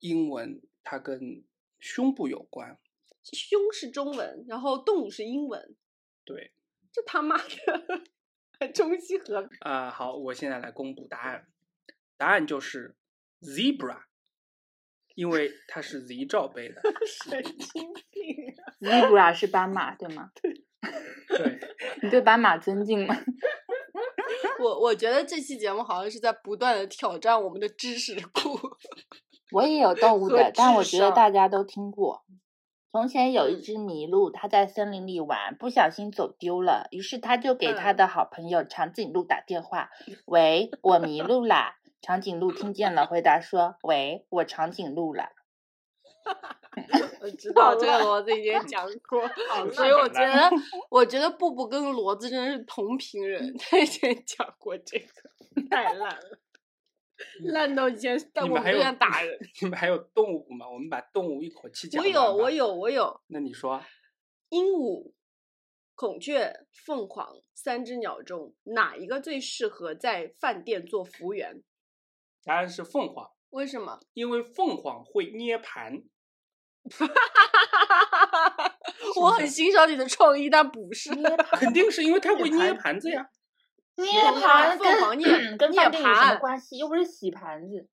C: 英文它跟胸部有关？
A: 胸是中文，然后动物是英文，
C: 对，
A: 这他妈的 还中西合璧。
C: 啊、好，我现在来公布答案，答案就是 zebra，因为它是 Z 罩 杯的，
A: 神经病、啊！
B: Zebra 是斑马对吗？
C: 对，
B: 你对斑马尊敬吗？
A: 我我觉得这期节目好像是在不断的挑战我们的知识库。
B: 我也有动物
A: 和
B: 的，但
A: 智
B: 我觉得
A: 商
B: 大家都听过。从前有一
A: 嗯
B: 只麋鹿，它在森林里玩，不小心走丢了，于是它就给它
A: 嗯
B: 的好朋友长颈鹿打电话：“喂，我迷路啦！”长颈鹿听见了，回答说：“喂，我长颈 鹿了。
A: 我 知
D: 好
A: 道这个
D: 烂
A: 骡子已经讲过，
D: 好
A: 所以我
D: 烂啊
C: 好
A: 觉得
C: 烂
A: 我觉得布布跟骡子真的是同频人，他以前讲过这个，嗯 太烂了，烂到以前但
C: 嗯你
A: 我
C: 们还
A: 们
C: 有
A: 都想打人。，
C: 你们还有动物吗？我们把动物一口气讲
A: 我
C: 完
A: 有，我
C: 吧，
A: 有，我有
C: 那你说
A: 鹦鹉、孔雀、凤凰三只鸟中，哪一个最适合在饭店做服务员？
C: 答案是凤凰，
A: 为什么？
C: 因为凤凰会捏盘。
A: 我很欣赏你的创意，但不是。
B: 捏
C: 肯
B: 盘，
C: 定是因 为它会
B: 捏
C: 捏
B: 盘
C: 盘子呀。
B: 啊捏
A: 凤凰
B: 盘
A: 凤凰
B: 跟
A: 涅
B: 跟
A: 涅
B: 饭店有什么
A: 盘
B: 关系？又不是洗盘子。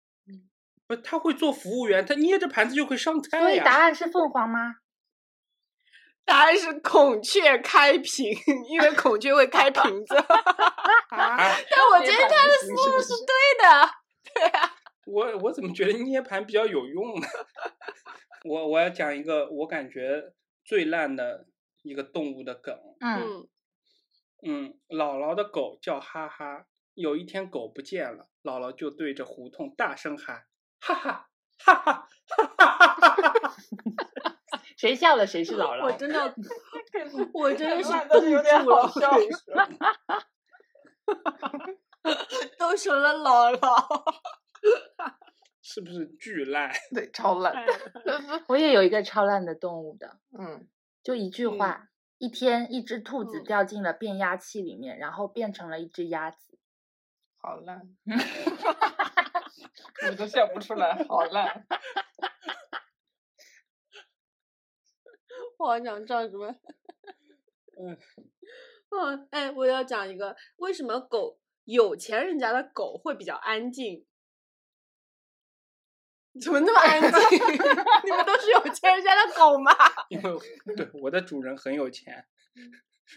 C: 不是，他会做服务员，他捏着盘子就会上菜
B: 所以
C: 呀。
B: 答案是凤凰吗？
A: 答案是孔雀开屏， 因为孔雀会开瓶 子。
C: 啊，
A: 但我觉
D: 捏
A: 得他
D: 盘
A: 的
D: 不
A: 思
D: 行是
A: 路
D: 不
A: 是对的。
C: 我我怎么觉得捏盘比较有用呢？ 我我要讲一个我感觉最烂的一个动物的梗。
B: 嗯，
A: 嗯，
C: 嗯，姥姥的狗叫哈哈，有一天狗不见了，姥姥就对着胡同大声喊：哈哈哈哈哈哈哈哈！
B: 谁笑了谁是姥
A: 嗯我
B: 姥。
A: 真 的，我真的是
D: 烂
A: 冻
D: 得有点
A: 住了。
D: 好笑
A: 我跟你说 都成了姥姥。
C: 是不是巨烂？
D: 对，超
A: 哎
D: 烂。
B: 我也有一个超烂的动物的。
D: 嗯，
B: 就一句
C: 嗯
B: 话。一天，一只兔子
A: 嗯
B: 掉进了变压器里面，然后变成了一只鸭子。
D: 好 烂。我都笑不出来，好烂。
A: 我好想唱什么？
C: 嗯
A: 嗯，哎，我要讲一个，为什么狗有钱人家的狗会比较安静？怎么那么安静？ 你们都是有钱人家的狗吗？
C: 因为对我的主人很有钱，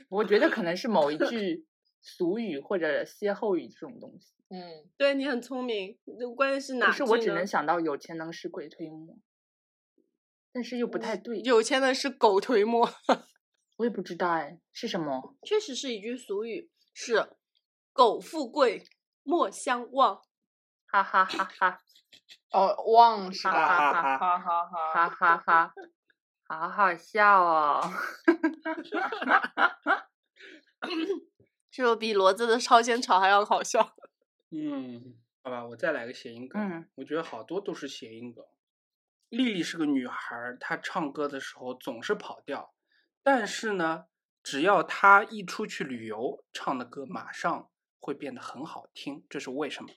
B: 我觉得可能是某一句俗语或者歇后语这种东西。
D: 嗯，
A: 对你很聪明，那关键是哪？
B: 可是我只能想到有钱能使鬼推磨，但是又不太对，
A: 有钱的是狗推磨。
B: 我也不知道哎是什么。
A: 确实是一句俗语，是“苟富贵，莫相忘
B: 哈哈哈哈
D: 哦，忘是
B: 哈
D: 吧？
B: 哈
C: 哈
B: 哈
D: 哈哈哈！
B: 哈哈哈，好好笑哦！”，
A: 是不是比骡子的烧仙草还要好笑？
C: 嗯，好吧，我再来个谐音梗，
B: 嗯
C: 我觉得好多都是谐音梗。丽丽是个女孩儿，她唱歌的时候总是跑调，但是呢，只要她一出去旅游，唱的歌马上会变得很好听，这是为什么？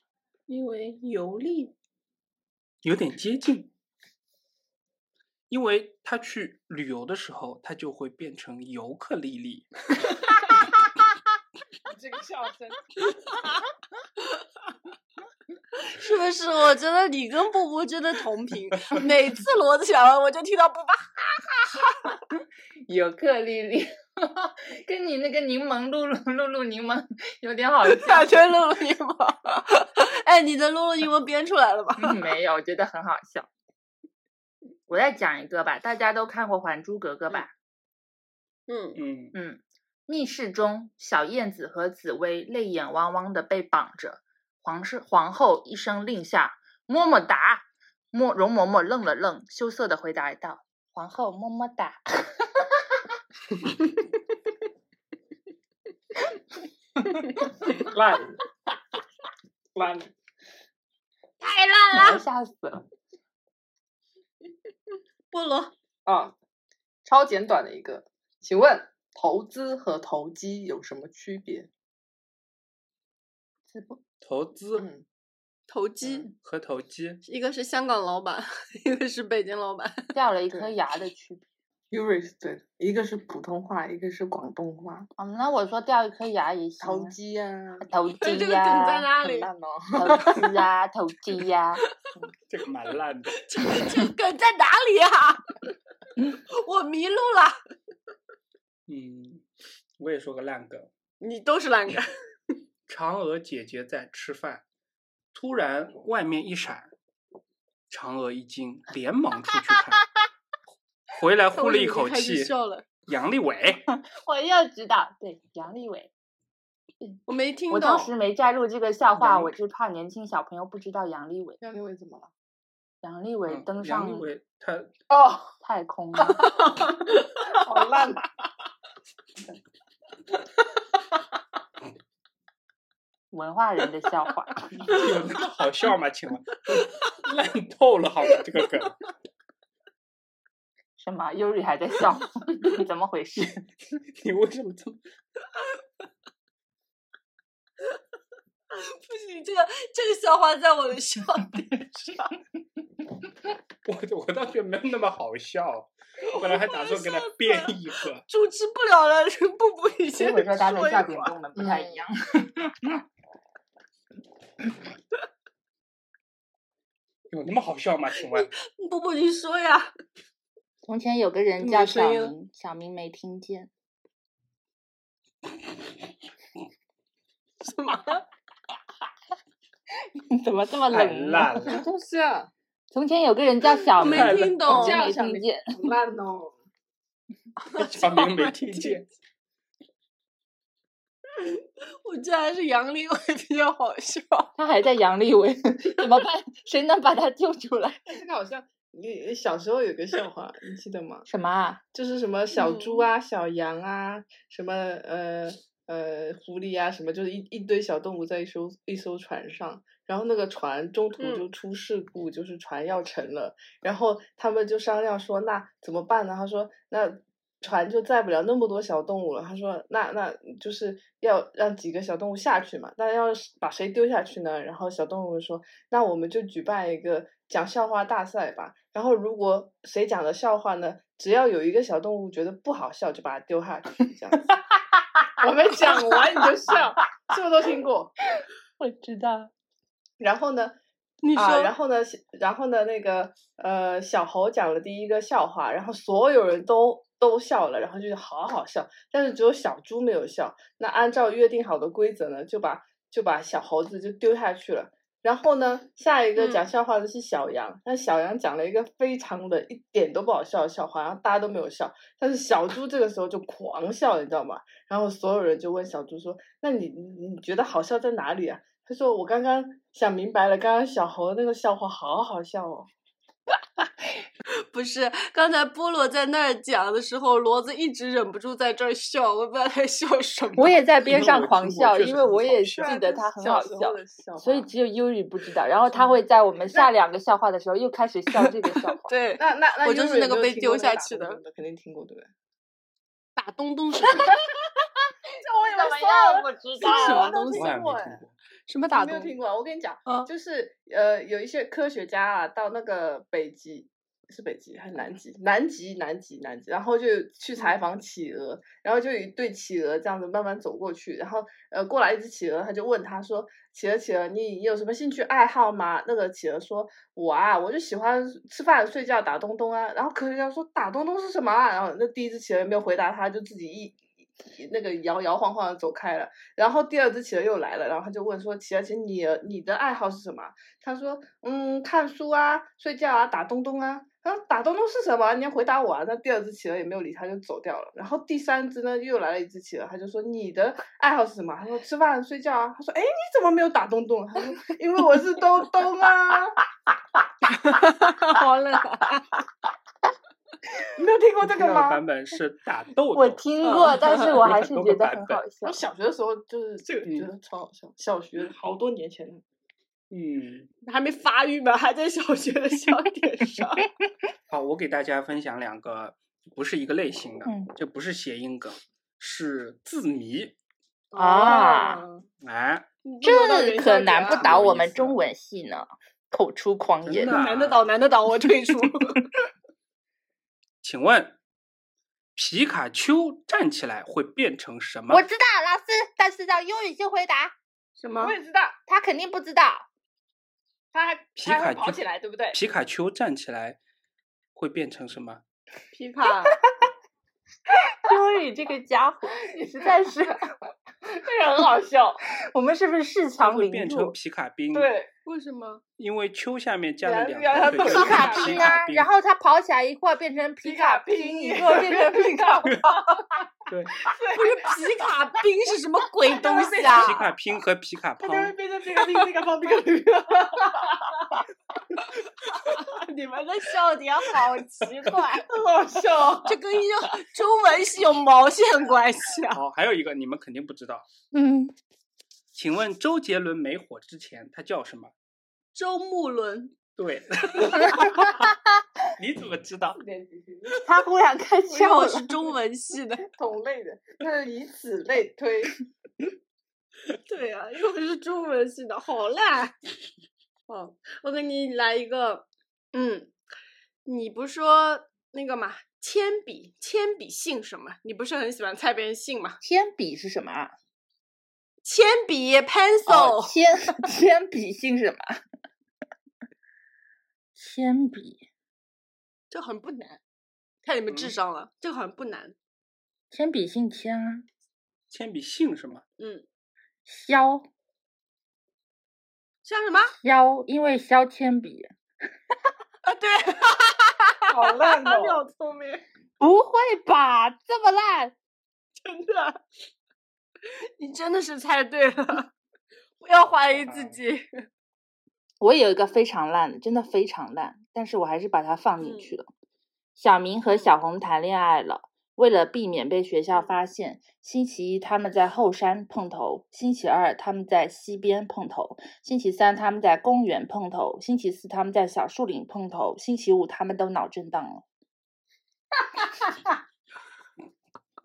A: 因为游历
C: 有点接近，因为她去旅游的时候，她就会变成游客丽丽。
D: 这个笑声，
A: 是不是？我觉得你跟布布真的同 频，每次骡子讲完，我就听到布巴。
B: 尤克里里， 跟你那个柠檬露露露露柠檬有点好笑。
A: 全露露柠檬。 哎，你的露露柠檬编出来了吗？
B: 嗯 没有，我觉得很好笑。我再讲一个吧，大家都看过《还珠格格》吧？
A: 嗯，
C: 嗯，
B: 嗯，密室中，小燕子和紫薇泪眼汪汪的被绑着，皇室皇后一声令下，么么哒。莫容嬷嬷愣了愣，羞涩的回答道：“皇后么么哒。
C: 烂了烂了。”
A: 太烂了！
B: 哎 吓死了。
A: 菠萝，
D: 啊，超简短的一个，请问投资和投机有什么区别？
C: 投资
D: 嗯，
A: 投机，
C: 和投机，
A: 一个是香港老板， 一个是北京老板。
B: 掉了一颗牙的区别。
D: u r i 是对的，一个是普通话，一个是广东话。
B: 嗯，那我说掉一颗牙也行啊。
D: 投机啊，
B: 投
A: 这
B: 机
A: 个梗
B: 呀、
A: 在哪
D: 很
A: 里？
D: 烂哦。
B: 投机呀、投机 呀、
C: 这个蛮烂的。
A: 这这个 梗在哪里啊？ 我迷路了。
C: 嗯，我也说个烂梗。
A: 你都是烂梗。
C: 嫦娥姐姐在吃饭，突然外面一闪，嫦娥一惊，连忙出去看，回 来呼了一口
A: 开始
C: 气。
A: 笑了，
C: 杨利伟，
B: 我又知道，对，杨利伟。
A: 我没听
B: 我
A: 懂
B: 当。时没摘录这个笑话，
C: 杨
B: 我就怕年轻小朋友不知道杨利伟。
D: 杨利伟怎么了？
B: 杨利伟
C: 嗯
B: 登
C: 杨
B: 上
C: 利伟，他
D: 哦，
B: 太 空了，
D: 好烂。啊
B: 文化人的笑话。
C: 有那么好笑吗？请问，烂透了好吗？这个梗，
B: 什么？优 瑞还在笑，怎么 回事？
C: 你为什么这么？
A: 不行，这个这个笑话在我的笑点上。
C: 我我倒觉得没有那么好笑，我本来还打算给他
A: 我笑死
C: 编
A: 了
C: 一个。
A: 主持不了了， 布布已
B: 所以
A: 经
B: 我说他们
A: 说一
B: 笑
A: 会
B: 点
A: 儿
B: 跟我们不太一
D: 嗯
B: 样。
C: 有那么好笑吗？请问，
A: 布布，你说呀，
B: 从前有个人
A: 你
B: 叫
A: 的声
B: 小
A: 音了
B: 明，小明没听见。
A: 什么？
B: 怎么这么
C: 太
B: 冷
C: 哎烂
B: 呢？
C: 了。
D: 就是啊，
B: 从前有个人叫小
A: 没
B: 明，
C: 太
A: 听
B: 小
A: 懂
B: 明
D: 这样
B: 没
D: 小
B: 听
D: 明
B: 见。
D: 好烂哦。
C: 小明没听见，
A: 我觉得还是杨利伟比较好笑。
B: 他还在杨利伟， 怎么办？谁能把他救出来？
D: 这个好像你你小时候有个笑话，你记得吗？
B: 什么啊？
D: 就是什么小猪啊、小羊啊、什么呃呃狐狸啊，什么就是一一堆小动物在一艘一艘船上，然后那个船中途
A: 嗯
D: 就出事故，就是船要沉了，然后他们就商量说那怎么办呢？他说那。船就载不了那么多小动物了。他说：“那那就是要让几个小动物下去嘛。那要是把谁丢下去呢？”然后小动物说：“那我们就举办一个讲笑话大赛吧。然后如果谁讲的笑话呢，只要有一个小动物觉得不好笑，就把它丢下去，这样子。我没讲完你就笑，是不是都听过？
B: 我知道，
D: 然后呢，
A: 你
D: 啊，
A: 说，
D: 然后呢，然后呢，那个呃，小猴讲了第一个笑话，然后所有人都都笑了，然后就是好好笑，但是只有小猪没有笑。那按照约定好的规则呢，就把就把小猴子就丢下去了。然后呢，下一个讲
A: 嗯
D: 笑话的是小羊，那、小羊讲了一个非常的一点都不好笑的笑话，然后大家都没有笑，但是小猪这个时候就狂笑，你知道吗？然后所有人就问小猪说：“那你你你觉得好笑在哪里啊？”他说：“我刚刚想明白了，刚刚小猴那个笑话好好笑哦。
A: 不是刚才菠萝在那儿讲的时候，骡子一直忍不住在这儿笑，我不知道他笑什么。
B: 我也在边
C: 为
B: 上
C: 我
B: 狂
C: 听过
B: 笑，
C: 确
B: 因
C: 实
B: 为
C: 很
B: 我
C: 好
B: 也记
C: 笑
B: 得它很好笑，
D: 笑
B: 所以只有 Yuri 不知道。然后他会在我们下两个笑话的时候又开始笑这个笑 话。
A: 对，
D: 那那那
A: 我就是
D: Yuri
A: 那
D: 有
A: 个
D: 没
A: 被
D: 有听
A: 丢
D: 过那
A: 下
D: 打
A: 去
D: 咚
A: 的
D: 咚的，肯定听过对不对？
A: 打东东是什么
D: 这我以
B: 怎
D: 为
B: 么
D: 所有
B: 样？
D: 人
B: 我知
A: 这是什
B: 道
A: 么
D: 我。
A: 东啊
D: 都听
C: 我也没
D: 过
C: 听
D: 哎
C: 过。
A: 什么打
D: 你没有
A: 东？
D: 听过啊？我跟你讲，
A: 啊
D: 就是呃，有一些科学家啊，到那个北极。是北极还是南极？南极，南极，南极。然后就去采
A: 嗯
D: 访企鹅，然后就有一对企鹅这样子慢慢走过去，然后呃过来一只企鹅，他就问他说：“企鹅，企鹅，你你有什么兴趣爱好吗？”那个企鹅说：“我啊，我就喜欢吃饭、睡觉、打东东啊。”然后科学家说：“打东东是什么啊？”然后那第一只企鹅也没有回答他，就自己一一那个摇摇晃晃的走开了。然后第二只企鹅又来了，然后他就问说：“企鹅，企鹅你你的爱好是什么啊？”他说：“嗯，看书啊，睡觉啊，打东东啊。”他说：“打东东是什么啊？你要回答我啊！”那第二只企鹅也没有理他，就走掉了。然后第三只呢，又来了一只企鹅，他就说：“你的爱好是什么啊？”他说：“吃饭、睡觉啊。”他说：“哎，你怎么没有打东东啊？”他说：“因为我是东东啊。
A: 好冷啊，
D: 你没有听过
C: 我
D: 这
C: 听到的
D: 个吗
C: 版？本是 打豆
B: 我
C: 豆，
B: 听过，但是我还是
C: 有很
B: 觉
C: 多
B: 得
C: 版
B: 很
C: 本
B: 好笑
D: 我。小学的时候就是这个，觉
C: 嗯
D: 得超好笑。小学好多年前了。
C: 嗯，
A: 还没发育吧，还在小学的笑点上。
C: 好，我给大家分享两个不是一个类型的，
B: 嗯
C: 这不是谐音梗，是字谜。
B: 啊
A: 哦，
C: 哎，
A: 你不能当
B: 这
A: 元宵
B: 可
A: 节
B: 难不
A: 啊
C: 打
B: 倒
C: 有
B: 我
C: 意
B: 们
C: 思
B: 中文系呢，口出狂
C: 真
B: 言
C: 的。啊
A: 难得倒，难得倒，我退 出。
C: 请问皮卡丘站起来会变成什么
B: 我？知道，老师，但是让英语去回答，
A: 什么
D: 我？也知道，
B: 他肯定不知道。
D: 他还
C: 皮
D: 他
C: 卡
D: 还
C: 丘
D: 跑起来，对不对？
C: 皮卡丘站起来会变成什么？
A: 琵琶？
B: 英语这个家伙，你实在是，
D: 这个很好笑。
B: 我们是不是恃
C: 它
B: 强
C: 会
B: 凌
C: 变成
B: 弱？
C: 皮卡兵。，
D: 对，
A: 为什么？
C: 因为丘下面加了两
D: 原原来
C: 条腿，
D: 都
C: 就是
B: 皮
D: 皮
B: 卡
D: 卡
B: 兵
D: 兵
B: 啊，然后他跑起来一会儿变成皮
D: 皮
B: 卡
D: 卡
B: 兵，
D: 兵
B: 一会儿变成 皮卡胖，
C: 对，
A: 不是皮卡兵是什 么鬼东西
C: 皮
A: 啊？
C: 卡拼和皮卡
D: 他就会
C: 胖。
D: 变成皮卡丁、皮卡胖、皮卡丁。
A: 你们的笑点好奇 怪，
D: 很好笑啊！
A: 这跟英中文是有毛线关系啊？
C: 好，还有一个你们肯定不知道，
B: 嗯，
C: 请问周杰伦没火之前他叫什么？
A: 周穆伦，
C: 对，你怎么知道？
B: 他忽然开
A: 因为
B: 窍
A: 我是
B: 了。
A: 中文系 的。
D: 同类的，那以此类推。
A: 对呀、因为我是中文系的，好烂。哦，我给你来一个，嗯，你不是说那个嘛，铅笔，铅笔姓什么？你不是很喜欢猜别人姓吗？
B: 铅笔是什么啊？
A: 铅笔
B: 哦，
A: pencil，、
B: 铅铅笔姓什么？啊铅笔，
A: 这很不难，看你们智
C: 嗯
A: 商了，这个好像不难。
B: 铅笔姓铅啊，
C: 铅笔姓什么？
A: 嗯，
B: 削
A: 像什么？
B: 削，因为削铅笔。
A: 啊， 对，
D: 好烂
A: 你
D: 哦！
A: 好聪明，
B: 不会吧，这么烂？
A: 真的，你真的是猜对了，不要怀疑自
C: 嗯
A: 己。
B: 我有一个非常烂的，真的非常烂，但是我还是把它放进
A: 嗯
B: 去了。小明和小红谈恋爱了，为了避免被学
A: 嗯
B: 校发现，星期一他们在后山碰头，星期二他们在溪边碰头，星期三他们在公园碰头，星期四他们在小树林碰头，星期五他们都脑震荡了。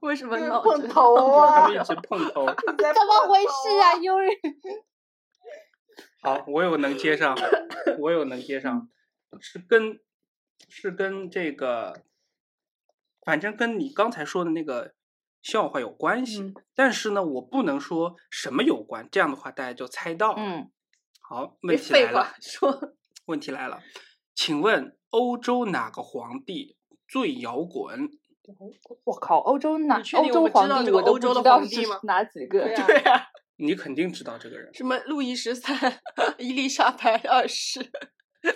A: 为什么
D: 这
A: 脑
D: 碰
A: 震
D: 头
A: 荡
C: 他
D: 啊！
C: 们一直碰头。
D: 你在
B: 怎么
D: 碰
B: 回
D: 头
B: 事
D: 啊
B: 啊，？优瑞？
C: 好，我有能接上，嗯我有能接上，是跟是跟这个反正跟你刚才说的那个笑话有关系。
A: 嗯
C: 但是呢，我不能说什么有关，这样的话大家就猜到了。
B: 嗯，
C: 好，
A: 别
C: 问题
A: 废
C: 来了
A: 话，，说
C: 问题来了，请问欧洲哪个皇帝最摇滚？
B: 我靠，欧洲哪
A: 你确
B: 欧
A: 定
B: 洲
A: 我们知
B: 皇
A: 道
B: 帝
A: 这个
B: 我都
A: 欧洲
B: 不
A: 的
B: 知道
A: 皇帝
B: 是
A: 吗
B: 哪几个？
A: 对啊
C: 对呀、你肯定知道这个人。
A: 什么路易十三、伊丽莎白二世，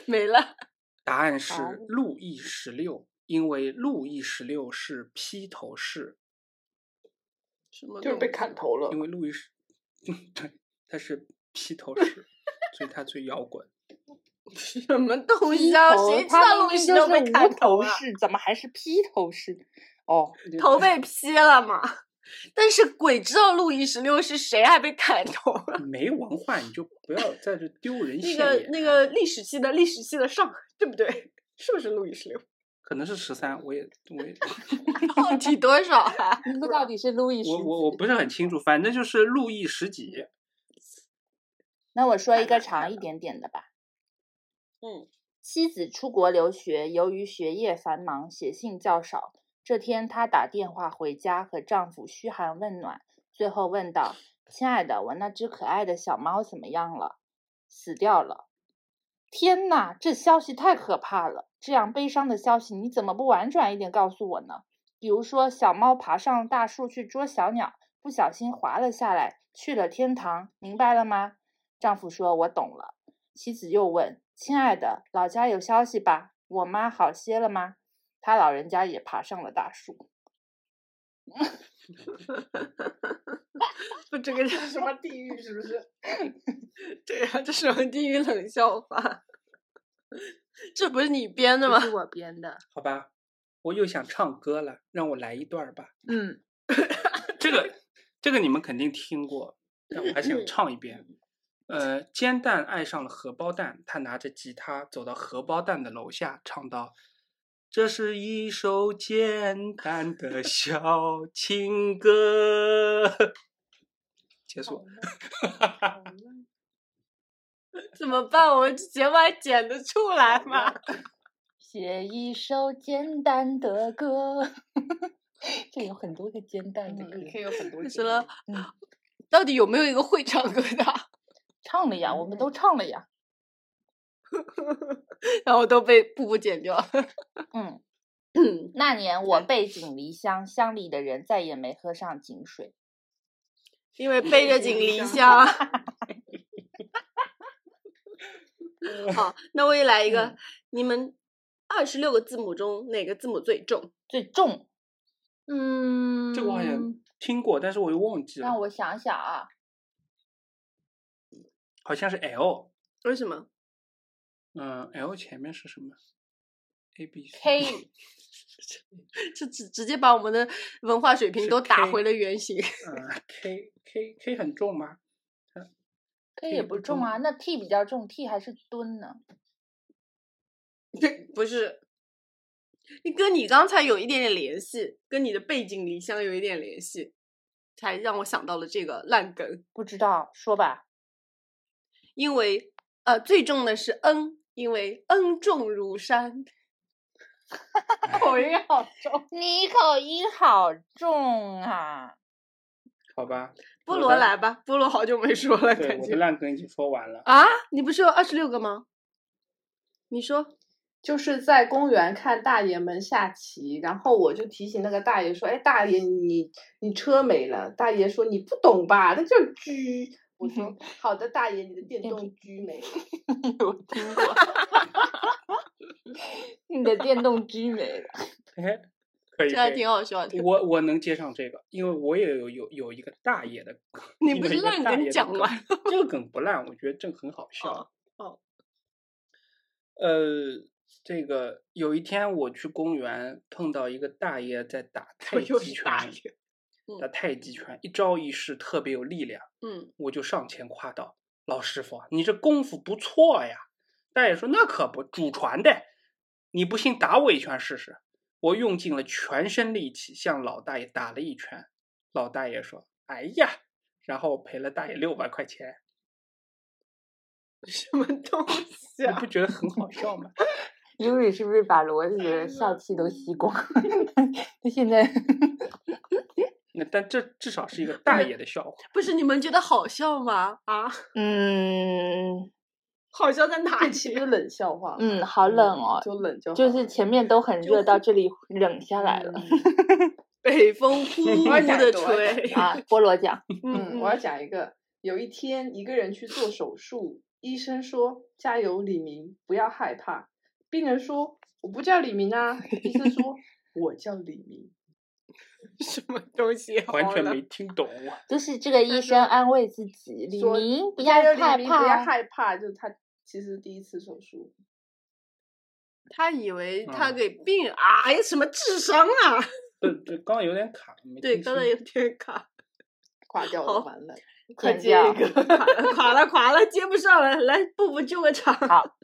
A: 没了。
C: 答案是
B: 啊
C: 路易十六，因为路易十六是披头士，
A: 什么
D: 就是被
A: 东
D: 砍
A: 西
D: 头了
C: 因。为路易十， 对，他是披头士，所以他最摇滚。
A: 什么东
B: 披
A: 西啊？
B: 头
A: 谁知
B: 他
A: 道
B: 明
A: 路易
B: 明
A: 十六
B: 就
A: 被
B: 是
A: 砍
B: 无
A: 头
B: 头
A: 了？
B: 氏，怎么还是披头士？哦，
A: 头被劈了嘛？ 但是鬼知道路易十六是谁，还被砍头了。
C: 没文化你就不要在这丢人
A: 那
C: 现
A: 个
C: 眼。啊
A: 那个历史系的历史系的上，对不对？是不是路易十六？
C: 可能是十三，我也我也
A: 到底多少啊？
B: 这个到底是路易十
C: 我我我
B: 几
C: 不是很清楚，反正就是路易十几。
B: 那我说一个长一点点的吧。
A: 嗯，
B: 妻子出国留学，由于学业繁忙，写信较少。这天，她打电话回家，和丈夫嘘寒问暖，最后问道：“亲爱的，我那只可爱的小猫怎么样了？死掉了。”天呐，这消息太可怕了！这样悲伤的消息，你怎么不婉转一点告诉我呢？比如说，小猫爬上大树去捉小鸟，不小心滑了下来，去了天堂，明白了吗？丈夫说：“我懂了。”妻子又问：“亲爱的，老家有消息吧？我妈好些了吗？”他老人家也爬上了大树。
A: 不，这个
D: 这是什么地狱？是不是？
A: 对呀、这什么地狱冷笑话？ 这不是你编的吗？是我编的。
C: 好吧，我又想唱歌了，让我来一段儿吧。
B: 嗯，
C: 这个这个你们肯定听过，但我还想唱一遍。
B: 嗯
C: 呃，煎蛋爱上了荷包蛋，他拿着吉他走到荷包蛋的楼下，唱到：“这是一首简单的小情歌。”结束。
A: 怎么办？我们这节目还剪得出来吗？
B: 写一首简单的歌， 这有很多个简单的歌，
D: 嗯你可以有 很多
A: 为什
D: 节目。
A: 么
B: 嗯？
A: 到底有没有一个会唱歌的？
B: 唱了呀，我们
D: 嗯
B: 都唱了呀。
A: 然后都被布布剪掉了。
B: 嗯。那年我背井离乡，乡里的人再也没喝上井水。
A: 因为背着井离
D: 离
A: 乡。啊好，那我也来一个，
B: 嗯
A: 你们二十六个字母中哪个字母最重？
B: 最重，
A: 嗯
C: 这个我好像听过，但是我又忘记
B: 让
C: 了，
B: 我想想啊，
C: 好像是 L。
A: 为什么？
C: 嗯，L 前面是什么？A B C
B: K
A: 这直直接把我们的文化水平
C: 是
A: 都打
C: K
A: 回了原形。
C: 嗯，K K K 很重吗？
B: K
C: T
B: 也
C: 不
B: 不重
C: 重
B: 啊，那 T 比较重，T 还是吨呢。
A: 不是，你跟你刚才有一点点联系，跟你的背井离乡有一点联系，才让我想到了这个烂梗。
B: 不知道，说 吧。
A: 因为呃，最重的是恩，因为恩重如山。
D: 口音好重。
B: 你口音好重啊！
C: 好吧，
A: 菠
C: 我
A: 萝
C: 的
A: 来吧，菠萝好久没说了，
C: 对，
A: 感
C: 我
A: 觉
C: 的。烂梗已经说完了。
A: 啊，你不是有二十六个吗？你说
D: 就是在公园看大爷们下棋，然后我就提醒那个大爷说：“哎，大爷，你你车没了。”大爷说：“你不懂吧？那就是车。” 我说：“好的，大爷，你的电动车没了。
B: 我听过。你的电动车没了，
C: 哎，可以，
A: 这还
C: 可以
A: 挺好笑的。
C: 我我能接上这个，因为我也有有有一个大爷的梗，
A: 你
C: 因
A: 不
C: 为
A: 是
C: 一个
A: 烂
C: 大
A: 梗
C: 爷的
A: 讲完
C: 这个梗不烂，我觉得这个很好笑。
A: 哦哦
C: 呃，这个有一天我去公园碰到一个大爷在打 太
A: 又是
C: 极拳
A: 大爷，
C: 打太极拳一招一式特别有力量，
A: 嗯，
C: 我就上前夸道：“老师傅啊，你这功夫不错呀。”大爷说：“那可不，祖传的。你不信，打我一拳试试。”我用尽了全身力气向老大爷打了一拳，老大爷说：“哎呀！”然后赔了大爷六百块钱。
A: 什么东西
C: 你
A: 啊
C: 啊 不？觉得很好笑吗？
B: 尤里是不是把骡子的 笑气都吸光？他现在
C: 那但这至少是一个大爷的笑话。
A: 不是你们觉得好笑吗？啊，
B: 嗯
A: 好笑在哪
D: 这
A: 里？
D: 期是冷笑话，
B: 嗯，好冷哦，
D: 就冷就好
B: 就是前面都很
A: 就
B: 热，到这里冷下来了
D: 嗯
A: 北风呼呼
D: 我要讲
A: 的
D: 一个我要
A: 吹。
B: 啊！菠萝酱，
D: 嗯，我要讲一个。有一天，一个人去做手术，医生说：“加油，李明，不要害怕。”病人说：“我不叫李明啊。”医生说：“我叫李明。
A: 什么东西？
C: 完全
A: 好
C: 没
A: 冷
C: 听懂，啊
B: 就是这个医生安慰自己，李
D: 说
B: 明不要
D: 加油，
B: 害
D: 李明，不要
B: 怕，
D: 害怕。”就是他其实第一次手术，
A: 他以为他
C: 嗯
A: 给病人哎呀什么智商啊？
C: 这这刚刚有点卡，没
A: 对，
C: 听
A: 刚才
C: 清
A: 有点卡，
D: 垮掉
A: 好
D: 了，完了。
A: 快
B: 剪
A: 接一
B: 掉
A: 个， 垮了垮了垮了，接不上了，来步步救个场。
B: 好，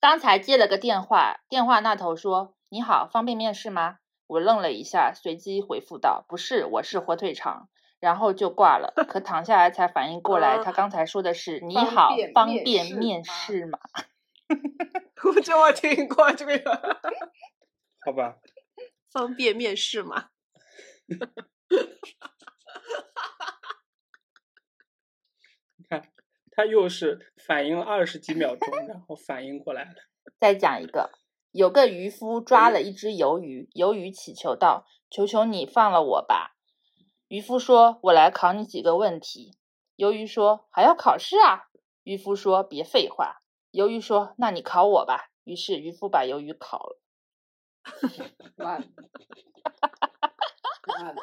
B: 刚才接了个电话，电话那头说：“你好，方便面是吗？”我愣了一下，随即回复道：“不是，我是火腿肠。”然后就挂了。可躺下来才反应过来，他刚才说的 是：“你
D: 嗯方
B: 好
D: 便，
B: 方
D: 面
B: 便
D: 是
B: 面
D: 吗
B: 是吗
A: 我这我听过这个
C: 好吧？
A: 方便面是吗？
C: 他又是反应了二十几秒钟，然后反应过来了。？”
B: 再讲一个，有个渔夫抓了一只鱿鱼，鱿鱼乞求道：“求求你放了我吧。”渔夫说：“我来考你几个问题。”鱿鱼说：“还要考试啊？”渔夫说：“别废话。”鱿鱼说：“那你考我吧。”于是渔夫把鱿鱼烤了。
D: 完了，完了，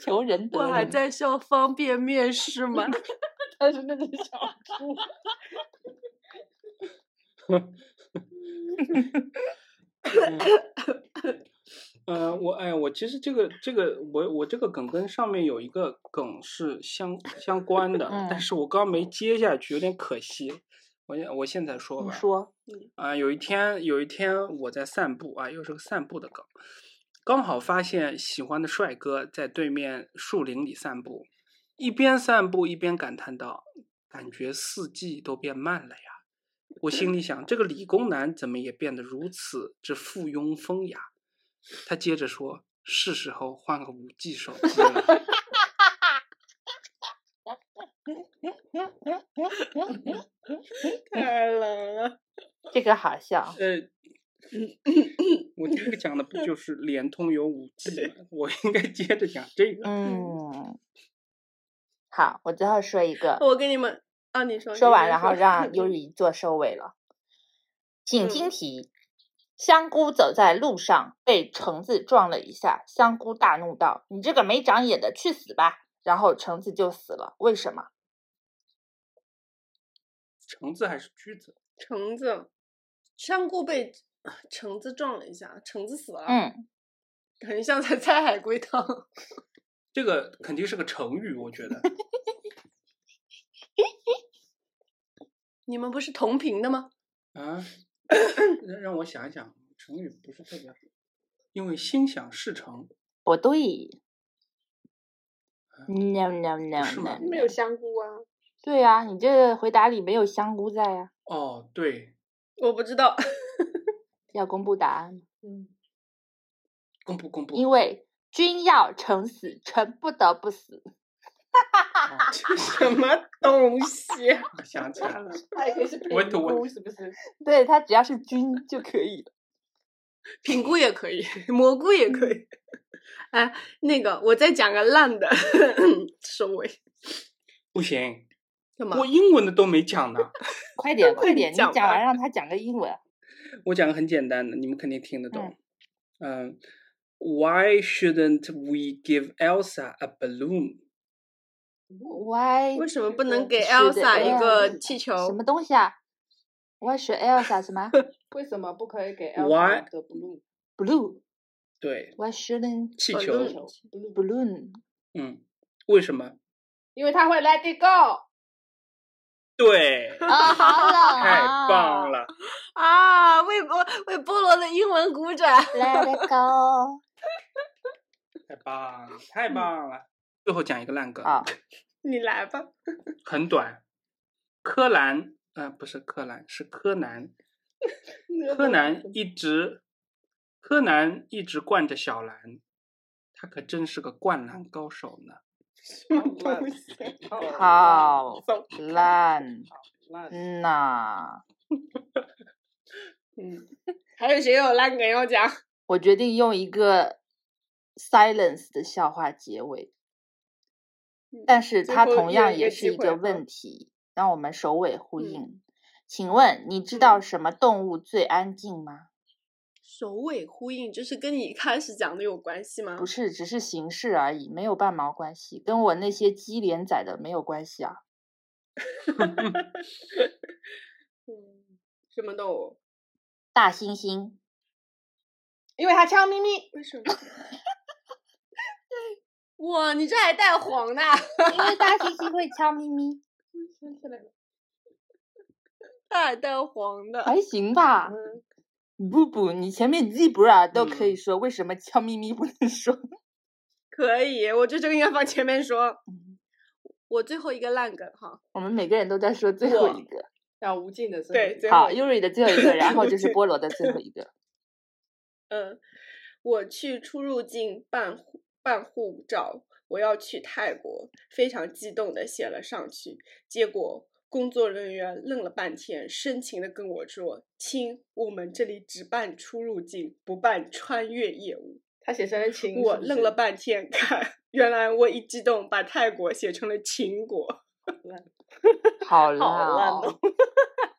B: 求人 得
A: 我还
B: 人
A: 在笑方便面是吗？
B: 他是那只小猪。
C: 呃，我哎，我其实这个这个我我这个梗跟上面有一个梗是相相关的，但
B: 嗯
C: 是我刚没接下去，有点可惜。我现我现在说
B: 你
C: 吧。
B: 说，
C: 啊、有一天有一天我在散步啊，又是个散步的梗，刚好发现喜欢的帅哥在对面树林里散步，一边散步一边感叹道：“感觉四季都变慢了呀。”我心里想，这个理工男怎么也变得如此之附庸风雅？他接着说：“是时候换个五 G 手机了。”
A: 太冷了。
B: 这个好笑。
C: 呃，我第一个讲的不就是联通有五 G 吗？我应该接着讲这个。
B: 嗯，好，我最后说一个。
A: 我跟你们啊，你说，
B: 说
A: 你
B: 完，
A: 先
B: 然后
A: 说
B: 让尤里做收尾了。请听
A: 嗯
B: 题：香菇走在路上被橙子撞了一下，香菇大怒道：“你这个没长眼的，去死吧！”然后橙子就死了。为什么？
C: 橙子还是橘子？
A: 橙子，香菇被橙子撞了一下，橙子死了，，
B: 嗯，
A: 很像在猜海龟汤。
C: 这个肯定是个成语，我 觉得
A: 你们不是同频的吗？
C: 啊，让让我想一想，成语不是特别好，因为心想事成，
B: 不对。No no no
C: 是吗
B: no！
D: 没有香菇啊，
B: 对呀、你这个回答里没有香菇在啊呀、
C: 哦，对，
A: 我不知道，
B: 要公布答案吗，
D: 嗯，
C: 公布公布，
B: 因为君要臣死，臣不得不死。
C: 哦这是
A: 什 么东西？
C: 我想起来了，
D: 它也可以是
C: 我
D: 平
C: 懂我
D: 菇，是不是？
B: 对他只要是君就可以了。
A: 品菇也可以，蘑菇也可以。 哎，那个，我再讲个烂的收尾，
C: 不 行，
A: 干嘛
C: 我？英文的都没讲呢，
B: 快点快 点，你
A: 讲
B: 讲
A: 吧
B: 完让他讲个英文。
C: 我讲个很简单的，你们肯定听得懂。嗯、w h y shouldn't we give Elsa a balloon？
B: Why
A: 为什么不能
D: 嗯
A: 给
B: 是的
A: Elsa 一个
D: 嗯
A: 气
B: 什
A: 球？
B: 么东西啊？Why should Elsa 什么
D: 为什么不可以给
C: Why？
D: Elsa 的 blue
B: blue？Why
C: 对，
B: shouldn't
C: 气
A: 呃
C: 球
A: 嗯，
D: 球 blue？
B: balloon？
C: 嗯，为什么？
D: 因为他会 let it go。
C: 对，
B: 啊，好冷 啊！
C: 太棒！了！
A: 啊，为菠为菠萝的英文鼓掌。
B: Let it go！
C: 太棒了，太棒了！最后讲一个烂梗，
B: 啊，
A: 你来吧。
C: 很短。柯南，呃，不是柯南，是柯南，柯 南一直，柯南一直惯着小兰，他可真是个灌篮高手呢。
A: 什么东西？
B: 好
A: 走
B: 烂，
D: 烂
B: 嗯呐，
A: 嗯，还有谁有烂梗要 讲？
B: 我决定用一个 silence 的笑话结尾，但是
A: 嗯最
B: 它
A: 后
B: 同
A: 又
B: 样
A: 一
B: 也
A: 个
B: 是
A: 机
B: 一
A: 会
B: 个
A: 嗯
B: 问题，让我们首尾呼
A: 嗯
B: 应。请问你知道
A: 嗯
B: 什么动物最安静吗？
A: 首尾呼应，就是跟你一开始讲的有关系吗
B: 不？是，只是形式而已，没有半毛关系，跟我那些鸡连载的没有关系啊。
A: 嗯，什么动物？
B: 大猩猩，
D: 因为他悄咪咪，
A: 为什么？哇，你这还带黄的！啊
B: 因为大猩猩会敲咪咪，
A: 想起来了，它还 带黄 的。
B: 还行吧。
A: 嗯，
B: 不不，你前面 zebra 都可以
C: 嗯
B: 说，为什么敲咪咪不能说？
A: 可以，我觉得这个应该放前面说。
B: 嗯
A: 我最后一个烂梗哈，
B: 我们每个人都在说最后
A: 我
B: 一个。
D: 让无尽的最后
A: 对，
D: 一个
A: 最
B: 好
A: 后一个
B: ，Yuri 的最后一个，然后就是
A: 对
B: 菠萝的最后一个。
A: 嗯，我去出入境办护办护照，我要去泰国，非常激动的写了上去，结果工作人员愣了半天，深情的跟我说：“亲，我们这里只办出入境，不办穿越业务。
D: 他写成了”情，
A: 我
D: 是不
A: 愣
D: 是
A: 了半天， 看，原来我一激动把泰国写成了秦国。
B: 好烂
D: 好烂
B: 哦
D: 哦！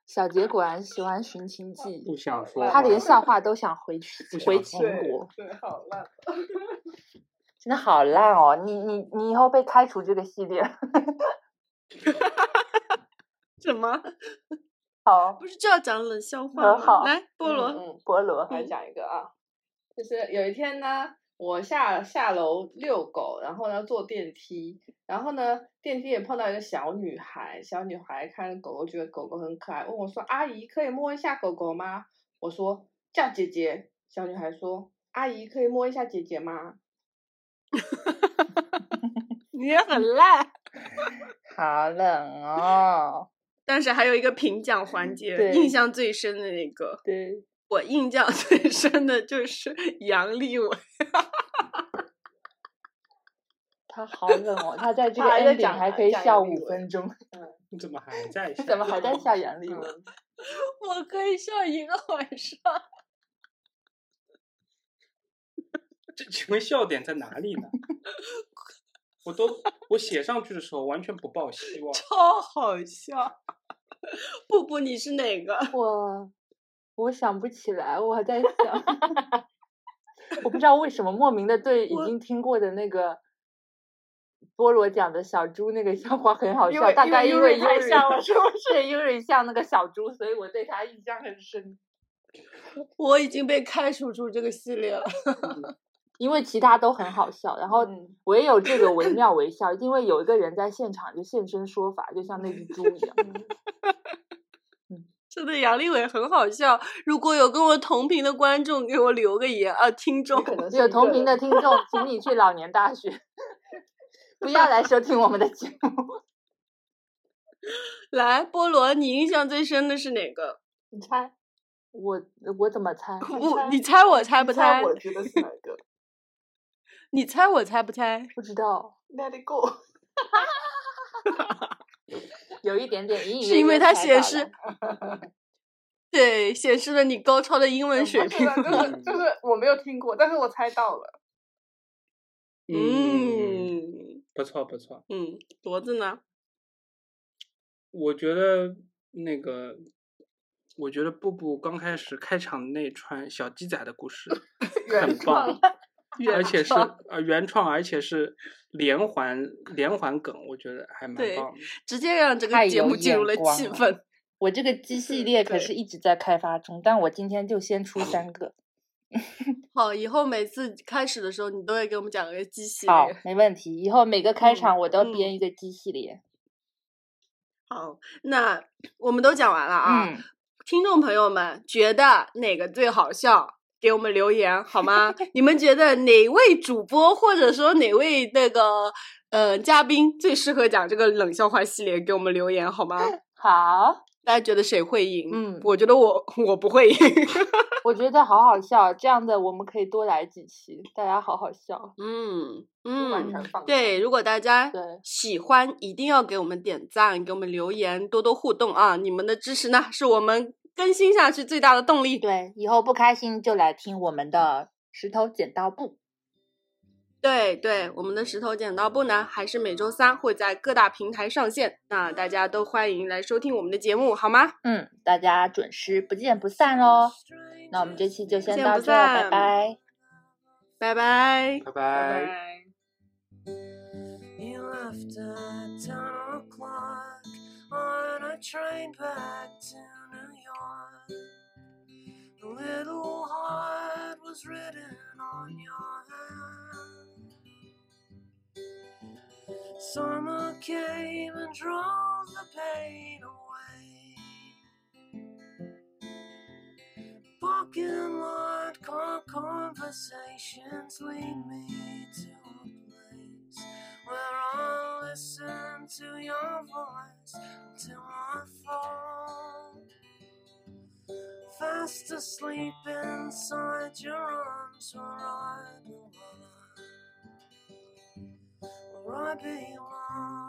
B: 小杰果然喜欢《寻秦记》，
C: 不想说
B: 他
C: 话
B: 连笑话都想回去
C: 不
B: 回
C: 想
B: 秦
C: 说
D: 对
B: 国，
D: 对，好烂。
B: 真的好烂哦！你你你以后被开除这个系列。
A: 什么？
B: 好，
A: 不是就要讲冷笑话吗？
B: 很好
A: 来，菠萝，
D: 嗯，嗯
B: 菠萝
D: 我来讲一个啊，就是有一天呢，我下下楼遛狗，然后呢坐电梯，然后呢电梯也碰到一个小女孩，小女孩看着狗狗觉得狗狗很可爱，问我说：“阿姨可以摸一下狗狗吗？”我说：“叫姐姐。”小女孩说：“阿姨可以摸一下姐姐吗
A: 你也很烂。
B: 好冷哦。
A: 但是还有一个评奖环节，
B: 对
A: 印象最深的那个，
B: 对，
A: 我印象最深的就是杨利伟，
B: 他好冷哦，他在这个
D: 他还在
B: ending
D: 讲
B: 还可以
D: 讲
B: 笑
D: 杨利
B: 五
D: 伟
B: 分钟，
C: 你怎么还在 笑？
B: 怎 么还在笑杨丽？？”
D: 嗯，
A: 我可以笑一个晚上。
C: 这请问笑点在哪里呢？我都我写上去的时候完全不抱希望。
A: 超好笑。布布，你是哪个？
B: 我我想不起来，我还在想， 我不知道为什么莫名的对已
A: 我
B: 经听过的那个菠萝讲的小猪那个笑话很好
D: 因
B: 笑，
D: 为
B: 大
D: 因
B: 概
D: 为
B: 因
D: Yuri
B: 为
D: 太
B: Yuri
D: 像了是不
B: 对 Yuri 像那个小猪，所以我对他印象很深。
A: 我已经被开除出这个系列了。
B: 因为其他都很好笑，然后
D: 嗯
B: 唯有这个惟妙惟肖，因为有一个人在现场就现身说法，就像那只猪一 样。
D: 嗯
A: 真的，杨利伟很好笑。如果有跟我同频的观众，给我留个言啊，听众
D: 你。可能是
B: 有
D: 一个
B: 同频的
D: 人
B: 听众，请你去老年大学， 不要来收听我们的节目。
A: 来，菠萝，你印象最深的是哪个？
D: 你猜，
B: 我我怎么猜？
D: 你
A: 不，
D: 猜
A: 你猜我猜
D: 你
A: 不
D: 猜
A: 猜？
D: 我觉得是哪个
A: 你猜我猜不猜？
B: 不知道，
D: ？Let it go。
B: 有一点点隐隐
A: 是
B: 约
A: 因为
B: 约
A: 他
B: 猜
A: 写
B: 到
A: 是
B: 了，
A: 对，显示了你高超的英文水
D: 不是
A: 平。
D: 的，就是就是我没有听过，但是我猜到了。
C: 嗯，
A: 嗯
C: 不错不错。
A: 嗯，骡子呢？
C: 我觉得那个，我觉得布布刚开始开场那串小鸡仔的故事很棒
D: 原创，
C: 而且是呃原创，而且是连环连环梗，我觉得还蛮
A: 对
C: 棒的。
A: 直接让这
B: 太
A: 个节
B: 有
A: 目进
B: 眼
A: 入了
B: 光
A: 气
B: 了
A: 氛。
B: 我这个鸡系
A: 是
B: 列可是
A: 对
B: 一直在开发中，但我今天就先出三个。
A: 好，以后每次开始的时候，你都会给我们讲个鸡系
B: 好
A: 列。，
B: 没问题。以后每个开
A: 嗯
B: 场我都
A: 嗯
B: 编一个鸡系列。
A: 好，那我们都讲完了啊。
B: 嗯，
A: 听众朋友们，觉得哪个最好笑？给我们留言好吗？你们觉得哪位主播或者说哪位那个呃嘉宾最适合讲这个冷笑话系列？给我们留言好吗？
B: 好，
A: 大家觉得谁会赢？
B: 嗯
A: 我觉得我我不会赢。
B: 我觉得好好笑，这样的我们可以多来几期，大家好好笑。
A: 嗯
D: 完
A: 嗯
D: 全，放
A: 对，如果大家
B: 对
A: 喜欢，一定要给我们点赞，给我们留言，多多互动啊！你们的支持呢，是我们更新下去最大的动力。
B: 对，以后不开心就来听我们的石头剪刀布。
A: 对对，我们的石头剪刀布呢，还是每周三会在各大平台上线，那大家都欢迎来收听我们的节目，好吗？
B: 嗯，大家准时不见不散喽。那我们这期就先
A: 见
B: 到
A: 不
B: 这
A: 散
B: 儿，拜拜。
A: 拜拜。
C: 拜
D: 拜
C: 拜。
D: 拜。
E: You left at 10 o'clock on a train back to New York. A little heart was written on your hand. Summer came and drove the pain away. Parking lot con- conversations lead me to a place where I'll listen to your voice until I fall. Fast asleep inside your arms where I belong. Where I belong.